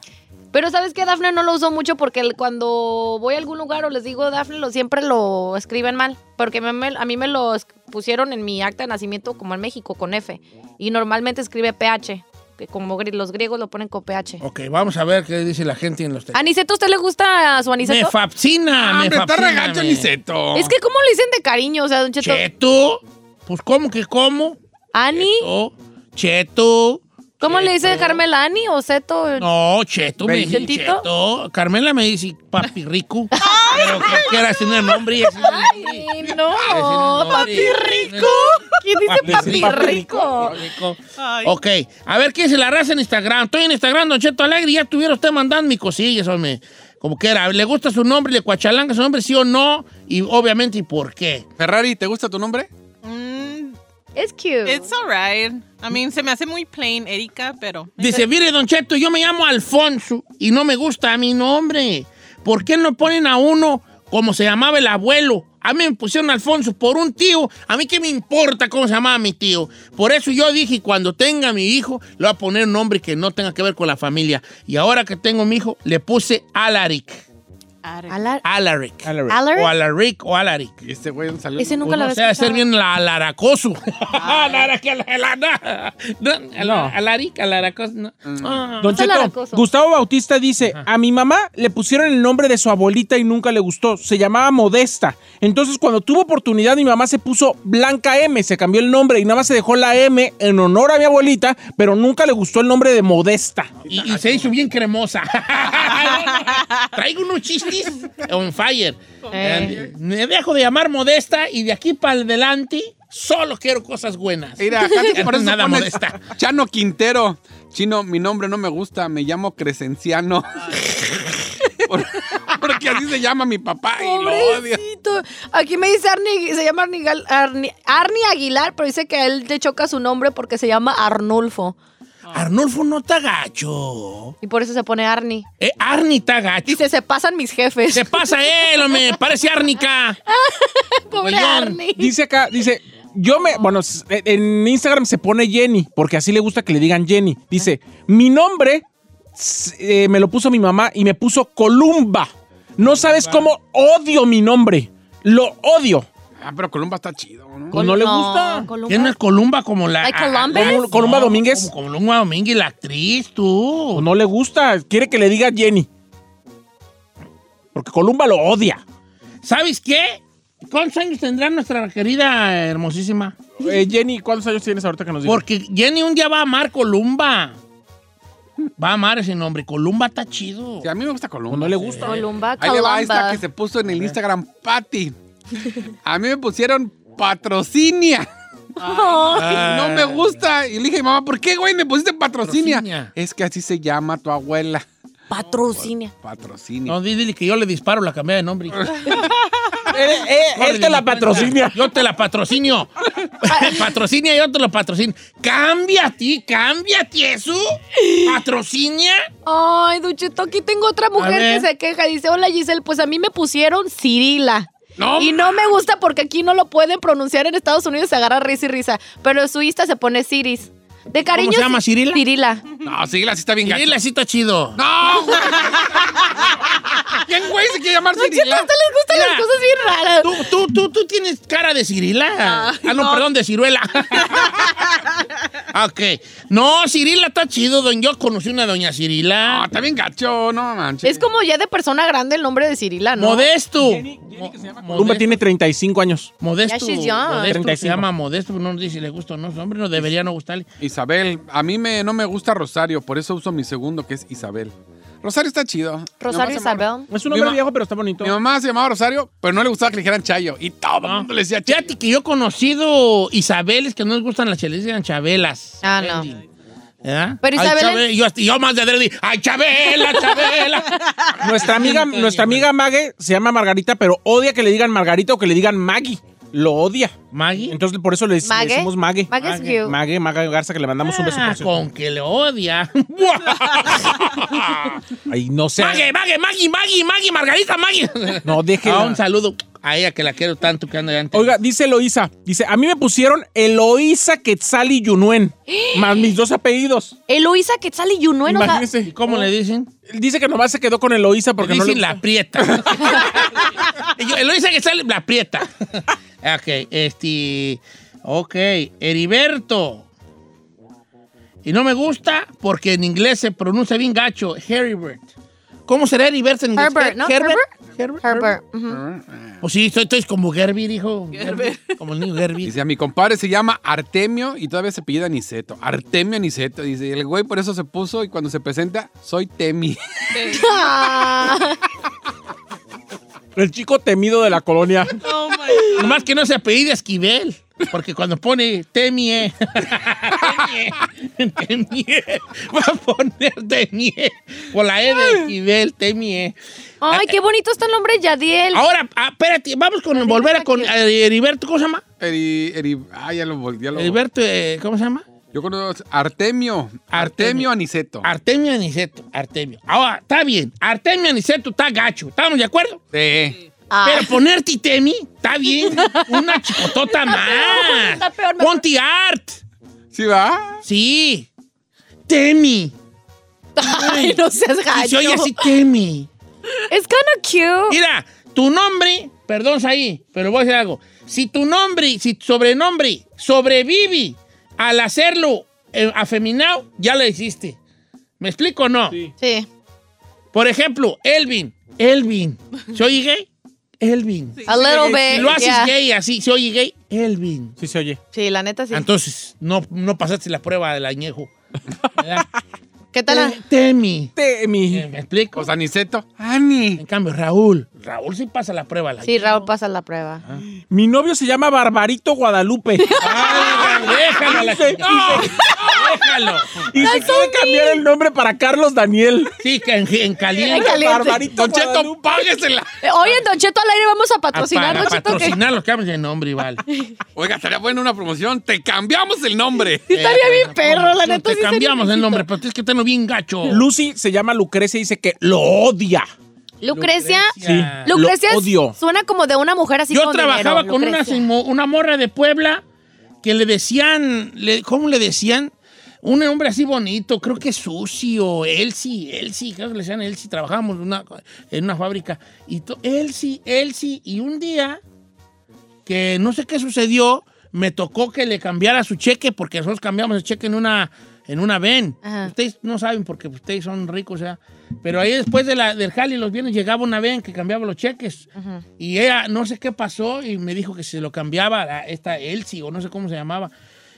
S4: Pero ¿sabes qué? Dafne no lo uso mucho porque el- cuando voy a algún lugar o les digo Dafne, lo, siempre lo escriben mal. Porque me- me- a mí me lo es- pusieron en mi acta de nacimiento como en México, con F. Y normalmente escribe PH, que como gri- los griegos lo ponen con PH.
S2: Ok, vamos a ver qué dice la gente en los textos.
S4: ¿Aniceto, ¿a usted le gusta a su
S2: Me
S4: Aniceto? Ah,
S2: fascina, me
S6: Hombre, está
S2: fascina,
S6: regacho
S2: me-
S6: Niceto.
S4: Es que ¿cómo le dicen de cariño? O sea, Don Cheto,
S2: Cheto. Pues, ¿cómo que cómo?
S4: ¿Ani?
S2: Cheto. Cheto.
S4: ¿Cómo le dice
S2: Cheto.
S4: Carmela? ¿Ani o Ceto?
S2: No, Cheto me dice
S4: ¿Chetito?
S2: Cheto. Carmela me dice papi
S4: (laughs)
S2: rico. pero que quieras tener nombre y así.
S4: Ay, no, papi rico. ¿Quién dice papi, rico?
S5: Ay.
S2: Ok, a ver quién se la raza en Instagram. Estoy en Instagram, Don Cheto Alegre, y ya estuviera usted mandando mi cosillas, hombre. Como que era, ¿le gusta su nombre? ¿Le cuachalanga su nombre? ¿Sí o no? Y obviamente, ¿y por qué?
S6: Ferrari, ¿te gusta tu nombre?
S5: Mm,
S4: Es cute.
S5: it's alright. I mean, se me hace muy plain, Erika, pero.
S2: Dice, mire, Don Cheto, yo me llamo Alfonso y no me gusta mi nombre. ¿Por qué no ponen a uno como se llamaba el abuelo? A mí me pusieron Alfonso por un tío. A mí qué me importa cómo se llamaba mi tío. Por eso yo dije, cuando tenga mi hijo, le voy a poner un nombre que no tenga que ver con la familia. Y ahora que tengo mi hijo, le puse Alaric.
S4: Alar-
S2: Alaric.
S4: Alaric.
S2: O Alaric o Alaric.
S6: Este güey no salió.
S4: Ese nunca lo
S2: O
S4: había
S2: sea,
S4: escuchado.
S2: ser bien la alaracoso. Alara- que la- la- la- no, ala- Alaric, alaracoso. no. Ah.
S3: Don Cheto, Gustavo Bautista dice, a mi mamá le pusieron el nombre de su abuelita y nunca le gustó, se llamaba Modesta. Entonces cuando tuvo oportunidad mi mamá se puso Blanca M, se cambió el nombre y nada más se dejó la M en honor a mi abuelita, pero nunca le gustó el nombre de Modesta.
S2: Y, y se hizo bien cremosa. Traigo unos chistes on fire.
S3: Eh.
S2: And- Me dejo de llamar modesta y de aquí para adelante solo quiero cosas buenas.
S6: Mira,
S3: (laughs)
S6: casi por eso
S2: Nada
S6: pones
S2: modesta.
S6: Chano Quintero. Chino, mi nombre no me gusta, me llamo
S3: (laughs)
S6: Crescenciano. Por- Porque así se llama mi papá y lo odio.
S4: Pobrecito. Aquí me dice Arnie, se llama Arnie, Gal- Arnie- Arnie Aguilar, pero dice que a él le choca su nombre porque se llama Arnulfo.
S2: Arnulfo no está gacho.
S4: Y por eso se pone Arnie.
S2: Eh, Arnie está gacho.
S4: Dice, se pasan mis jefes.
S2: Se pasa él, hombre. Parece árnica.
S4: (laughs) Pobre Arnie.
S3: Dice acá, dice, yo me, bueno, s- e, en Instagram se pone Jenny, porque así le gusta que le digan Jenny. Dice, mi nombre s- eh, me lo puso mi mamá y me puso Columba. No sabes cómo odio mi nombre. Lo odio.
S6: Ah, pero Columba está chido, ¿no?
S3: Pues no le gusta.
S2: ¿Quién es Columba como la.
S3: ¿Hay
S2: a-
S3: Columbus?
S2: como-
S3: Columba Domínguez.
S2: como Columba Domínguez, la actriz, tú.
S3: Pues No le gusta. Quiere que le diga Jenny. Porque Columba lo odia.
S2: ¿Sabes qué? ¿Cuántos años tendrá nuestra querida hermosísima?
S3: Eh, Jenny, ¿cuántos años tienes ahorita que nos digas?
S2: Porque Jenny un día va a amar Columba. Va a amar ese nombre. Columba está chido.
S6: Sí, a mí me gusta Columba.
S3: No le gusta.
S4: Columba,
S6: Ahí le va
S4: Columba.
S6: esta que se puso en el Instagram, Patty. A mí me pusieron patrocinia.
S4: (laughs)
S2: Ah.
S4: Ay.
S6: (laughs) No me gusta. Y le dije, mamá, ¿por qué, güey, me pusiste patrocinia?
S2: Patrocinia.
S6: Es que así se llama tu abuela.
S4: Patrocinia.
S6: Patrocinia.
S2: No, di- dile que yo le disparo la cambiada de nombre.
S3: él te eh, la patrocinia.
S2: Yo te la
S6: (laughs)
S2: patrocinio. patrocinia, yo te lo patrocino. Cambia a ti, cambia a ti eso. Patrocinia.
S4: Ay, Duchito, aquí tengo otra mujer
S2: ver.
S4: que se queja. Dice, hola Giselle, pues a mí me pusieron Cirila.
S2: No
S4: y no me gusta porque aquí no lo pueden pronunciar en Estados Unidos, se agarra risa y risa. Pero en su Insta se pone Ciris. De cariño.
S2: se llama,
S4: Ci-
S2: Cirila?
S4: Cirila.
S6: No, sí, la sí está bien
S2: Cirila
S6: gacha.
S2: sí está chido.
S6: No, güey. ¿Quién, güey, se quiere llamar
S4: Duchito, a
S6: Cirila?
S4: usted les gustan
S2: Mira.
S4: las cosas bien raras.
S2: Tú, tú, tú, tú tienes cara de Cirila. Ah, no, perdón, de
S4: (laughs)
S2: Ciruela. ok. No, Cirila está chido. don- Yo conocí una doña
S6: No,
S4: Ah,
S2: Cirila.
S6: está bien gacho, no manches.
S4: Es como ya de persona grande el nombre de Cirila, ¿no?
S2: Modesto.
S3: Columba
S2: Modesto.
S3: tiene 35 años.
S2: Modesto,
S4: Ya she's young.
S2: Modesto se
S3: 35.
S2: llama Modesto, no nos dice si le gusta o no su nombre, no debería no gustarle.
S6: Isabel, a mí me, no me gusta Rosario, por eso uso mi segundo, que es Isabel. Rosario está chido. Mi
S4: Rosario
S6: mamá se llamaba-
S4: Isabel.
S3: Es un
S6: Mi
S3: hombre
S6: ma-
S3: viejo, pero está bonito. (laughs)
S6: Mi mamá se llamaba Rosario, pero no le gustaba que le dijeran Chayo. Y
S2: Ah.
S6: todo el mundo le decía Chayo.
S2: Fíjate que yo he conocido Isabeles que no les gustan las chelas, eran chabelas.
S4: Ah, no.
S2: ¿Verdad?
S4: Pero
S2: Ay,
S4: Isabel-
S2: Chabela, yo, hasta- yo más de adrede, ¡ay, Chabela, Chabela!
S4: (laughs)
S3: Nuestra amiga,
S2: Gente,
S3: nuestra amiga Mague se llama Margarita, pero odia que le digan Margarita o que le digan Maggie. Lo odia.
S2: ¿Maggie?
S3: Entonces por eso le, le
S4: Mague.
S3: decimos Mague.
S4: Mague es cute.
S3: Mague, Mague Garza, que le mandamos un beso.
S2: Ah,
S3: por cierto.
S2: con que le odia. (laughs)
S3: Ay, no sé.
S2: Mague, Mague, Maggie, Maggie, Maggie, Margarita, Maggie.
S3: No,
S2: (laughs)
S3: déjela.
S2: Ah, un saludo a ella que la quiero tanto que anda allá. antes.
S3: Oiga, dice Eloísa. Dice, a mí me pusieron Eloísa Quetzal y Yunuen. más mis dos apellidos.
S4: Eloisa Quetzal y Junuel, o sea,
S2: ¿Y
S3: Imagínense.
S2: cómo le dicen?
S3: Dice que nomás se quedó con Eloísa porque
S2: dicen
S3: no le
S2: la prieta.
S3: (laughs)
S2: Y yo- lo dice que sale la prieta. ok, este. Ok, Heriberto. Y no me gusta porque en inglés se pronuncia bien gacho. Heribert. ¿Cómo será Heriberto en inglés?
S4: Herbert, ¿no?
S2: Herbert.
S4: Herbert. Herbert. ujú.
S2: Pues sí, estoy, estoy como Gerby, dijo. Como el niño
S6: (laughs)
S2: Gerby.
S6: Dice, a mi compadre se llama Artemio y todavía se pide Niceto. Artemio Niceto. Dice, y el güey por eso se puso y cuando se presenta, soy Temi. (laughs)
S4: Ah,
S3: El chico temido de la colonia.
S5: Oh my God.
S2: Nomás que no se apellida Esquivel. Porque cuando pone Temie, (laughs) Temie, Temie, va a poner Temie. Por la E de Esquivel, Temie.
S4: (laughs) Ay, qué bonito está el nombre Yadiel.
S2: Ahora, ah, espérate, vamos con volver a con eh, Heriberto, ¿cómo se llama?
S6: Eri, Eri, ah, ya lo vol- ya lo-
S2: Heriberto, eh, ¿cómo se llama?
S6: Yo conozco Artemio.
S2: Artemio.
S6: Artemio Aniceto.
S3: Ah,
S2: Artemio Aniceto, Artemio. Ahora, está bien, Artemio Aniceto está gacho, ¿estamos de acuerdo?
S6: Sí.
S4: Ah.
S2: Pero poner Titemi, está bien, una chicotota más.
S4: está peor, me-
S2: Ponte Art,
S6: ¿Sí va?
S2: sí. Temi.
S4: Ay, no seas
S2: Y se
S4: gacho.
S2: oye así, Temi.
S4: Es kinda cute.
S2: Mira, tu nombre, perdón, ahí, pero voy a decir algo. Si tu nombre, si tu sobrenombre sobrevive al hacerlo eh, afeminado, ya lo hiciste. ¿Me explico o no?
S4: Sí.
S2: Por ejemplo, Elvin. Elvin. ¿Se oye gay? Elvin.
S4: A little bit,
S2: Si lo haces
S4: yeah.
S2: gay así, ¿se oye gay? Elvin.
S3: Sí, se oye.
S4: Sí, la neta sí.
S2: Entonces, no, no pasaste la prueba del
S4: (laughs)
S2: añejo.
S4: ¿Qué tal? la-
S2: Temi. Eh,
S3: Temi.
S2: ¿Me explico?
S6: O sea, Niceto.
S3: (laughs)
S2: Ani. En cambio, Raúl. Raúl sí pasa la prueba del
S4: Sí, Raúl pasa la prueba.
S3: Mi novio se llama Barbarito (laughs) Guadalupe.
S2: añejo. Ah, Déjalo, la
S3: Dice-
S2: chingada. Déjalo.
S3: Y se quiere cambiar el nombre para Carlos Daniel.
S2: Sí, que en, en
S4: En
S2: caliente. Ah,
S4: caliente.
S3: Barbarito
S2: Don Cheto,
S3: Guadalupe.
S2: páguesela.
S4: Eh, Oye, Don Cheto al aire vamos a patrocinar,
S2: Para
S4: Don Cheto. que-
S2: patrocinar los cambios de nombre,
S4: (laughs)
S2: vale.
S6: Oiga, estaría buena una promoción. Te cambiamos el nombre.
S4: Estaría bien perro, la neta.
S2: Eh, Te
S4: sí sería
S2: cambiamos el
S4: necesito.
S2: nombre, pero tienes que tenerlo bien gacho.
S3: Lucy se llama Lucrecia y dice que lo odia.
S4: Lucrecia.
S3: Sí.
S4: Lucrecia
S3: Lo
S4: es-
S3: odio.
S4: suena como de una mujer así
S2: Yo
S4: con
S2: trabajaba
S4: dinero,
S2: con una,
S4: Lucrecia.
S2: simo- una morra de Puebla que le decían, le- ¿cómo le decían? Un hombre así bonito, creo que Susi o Elsie, Elsie, creo que le decían Elsie, trabajábamos en una, en una fábrica. Y to- Elsie, Elsie, y un día que no sé qué sucedió, me tocó que le cambiara su cheque, porque nosotros cambiamos el cheque en una, en una VEN.
S4: Ajá.
S2: Ustedes no saben porque ustedes son ricos, o sea. Pero ahí después de la, del jali los viernes llegaba una VEN que cambiaba los cheques. Y ella, no sé qué pasó, y me dijo que se lo cambiaba a esta Elsie, o no sé cómo se llamaba.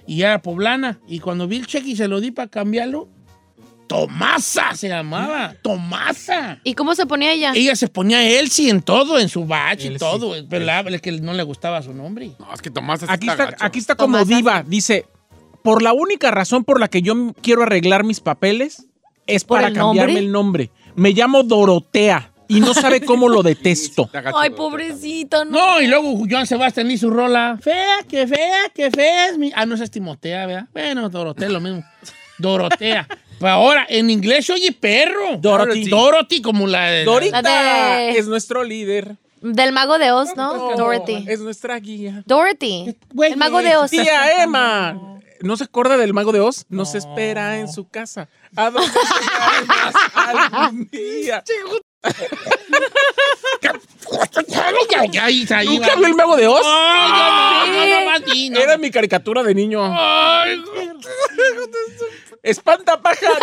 S2: Y era poblana. Y cuando vi el cheque y se lo di para cambiarlo, Tomasa se llamaba. Tomasa.
S4: ¿Y cómo se ponía ella?
S2: Ella se ponía Elsie en todo, en su batch y todo. Pero la, es que no le gustaba su nombre.
S6: No, es que Tomás así
S3: Aquí está,
S6: gacho.
S3: aquí está como
S4: Tomasa.
S3: diva. Dice, por la única razón por la que yo m- quiero arreglar mis papeles es
S4: ¿Por
S3: para
S4: el
S3: cambiarme
S4: nombre?
S3: el nombre. Me llamo Dorotea y
S4: (laughs)
S3: no sabe cómo lo detesto.
S6: Está gacho.
S4: Ay, pobrecito, no.
S2: No, y luego Joan Sebastián hizo rola. Fea, que fea, que fea es mi. Ah, no, esa es Timotea, ¿verdad? Bueno, Dorotea, es lo mismo. Dorotea. Pero ahora, en inglés se oye perro.
S3: Dorothy.
S2: Dorothy, como la de.
S3: Dorita
S4: La de-
S3: es nuestro líder.
S4: Del mago de Oz, ¿no? Dorothy.
S3: Es nuestra guía.
S4: Dorothy.
S2: Güey,
S4: El mago de Oz.
S3: Tía Emma. ¿No se acuerda del mago de Oz? Nos espera en su casa. ¿A dónde llegaremos algún
S4: (laughs)
S3: día?
S2: Ahí, ahí,
S3: ¿Nunca
S2: va.
S3: vio el mago de Oz?
S2: Ay, no, no, no, no, más di, no.
S3: Era
S4: (laughs)
S3: mi caricatura de niño.
S2: Ay,
S3: ¡Espanta pájaro!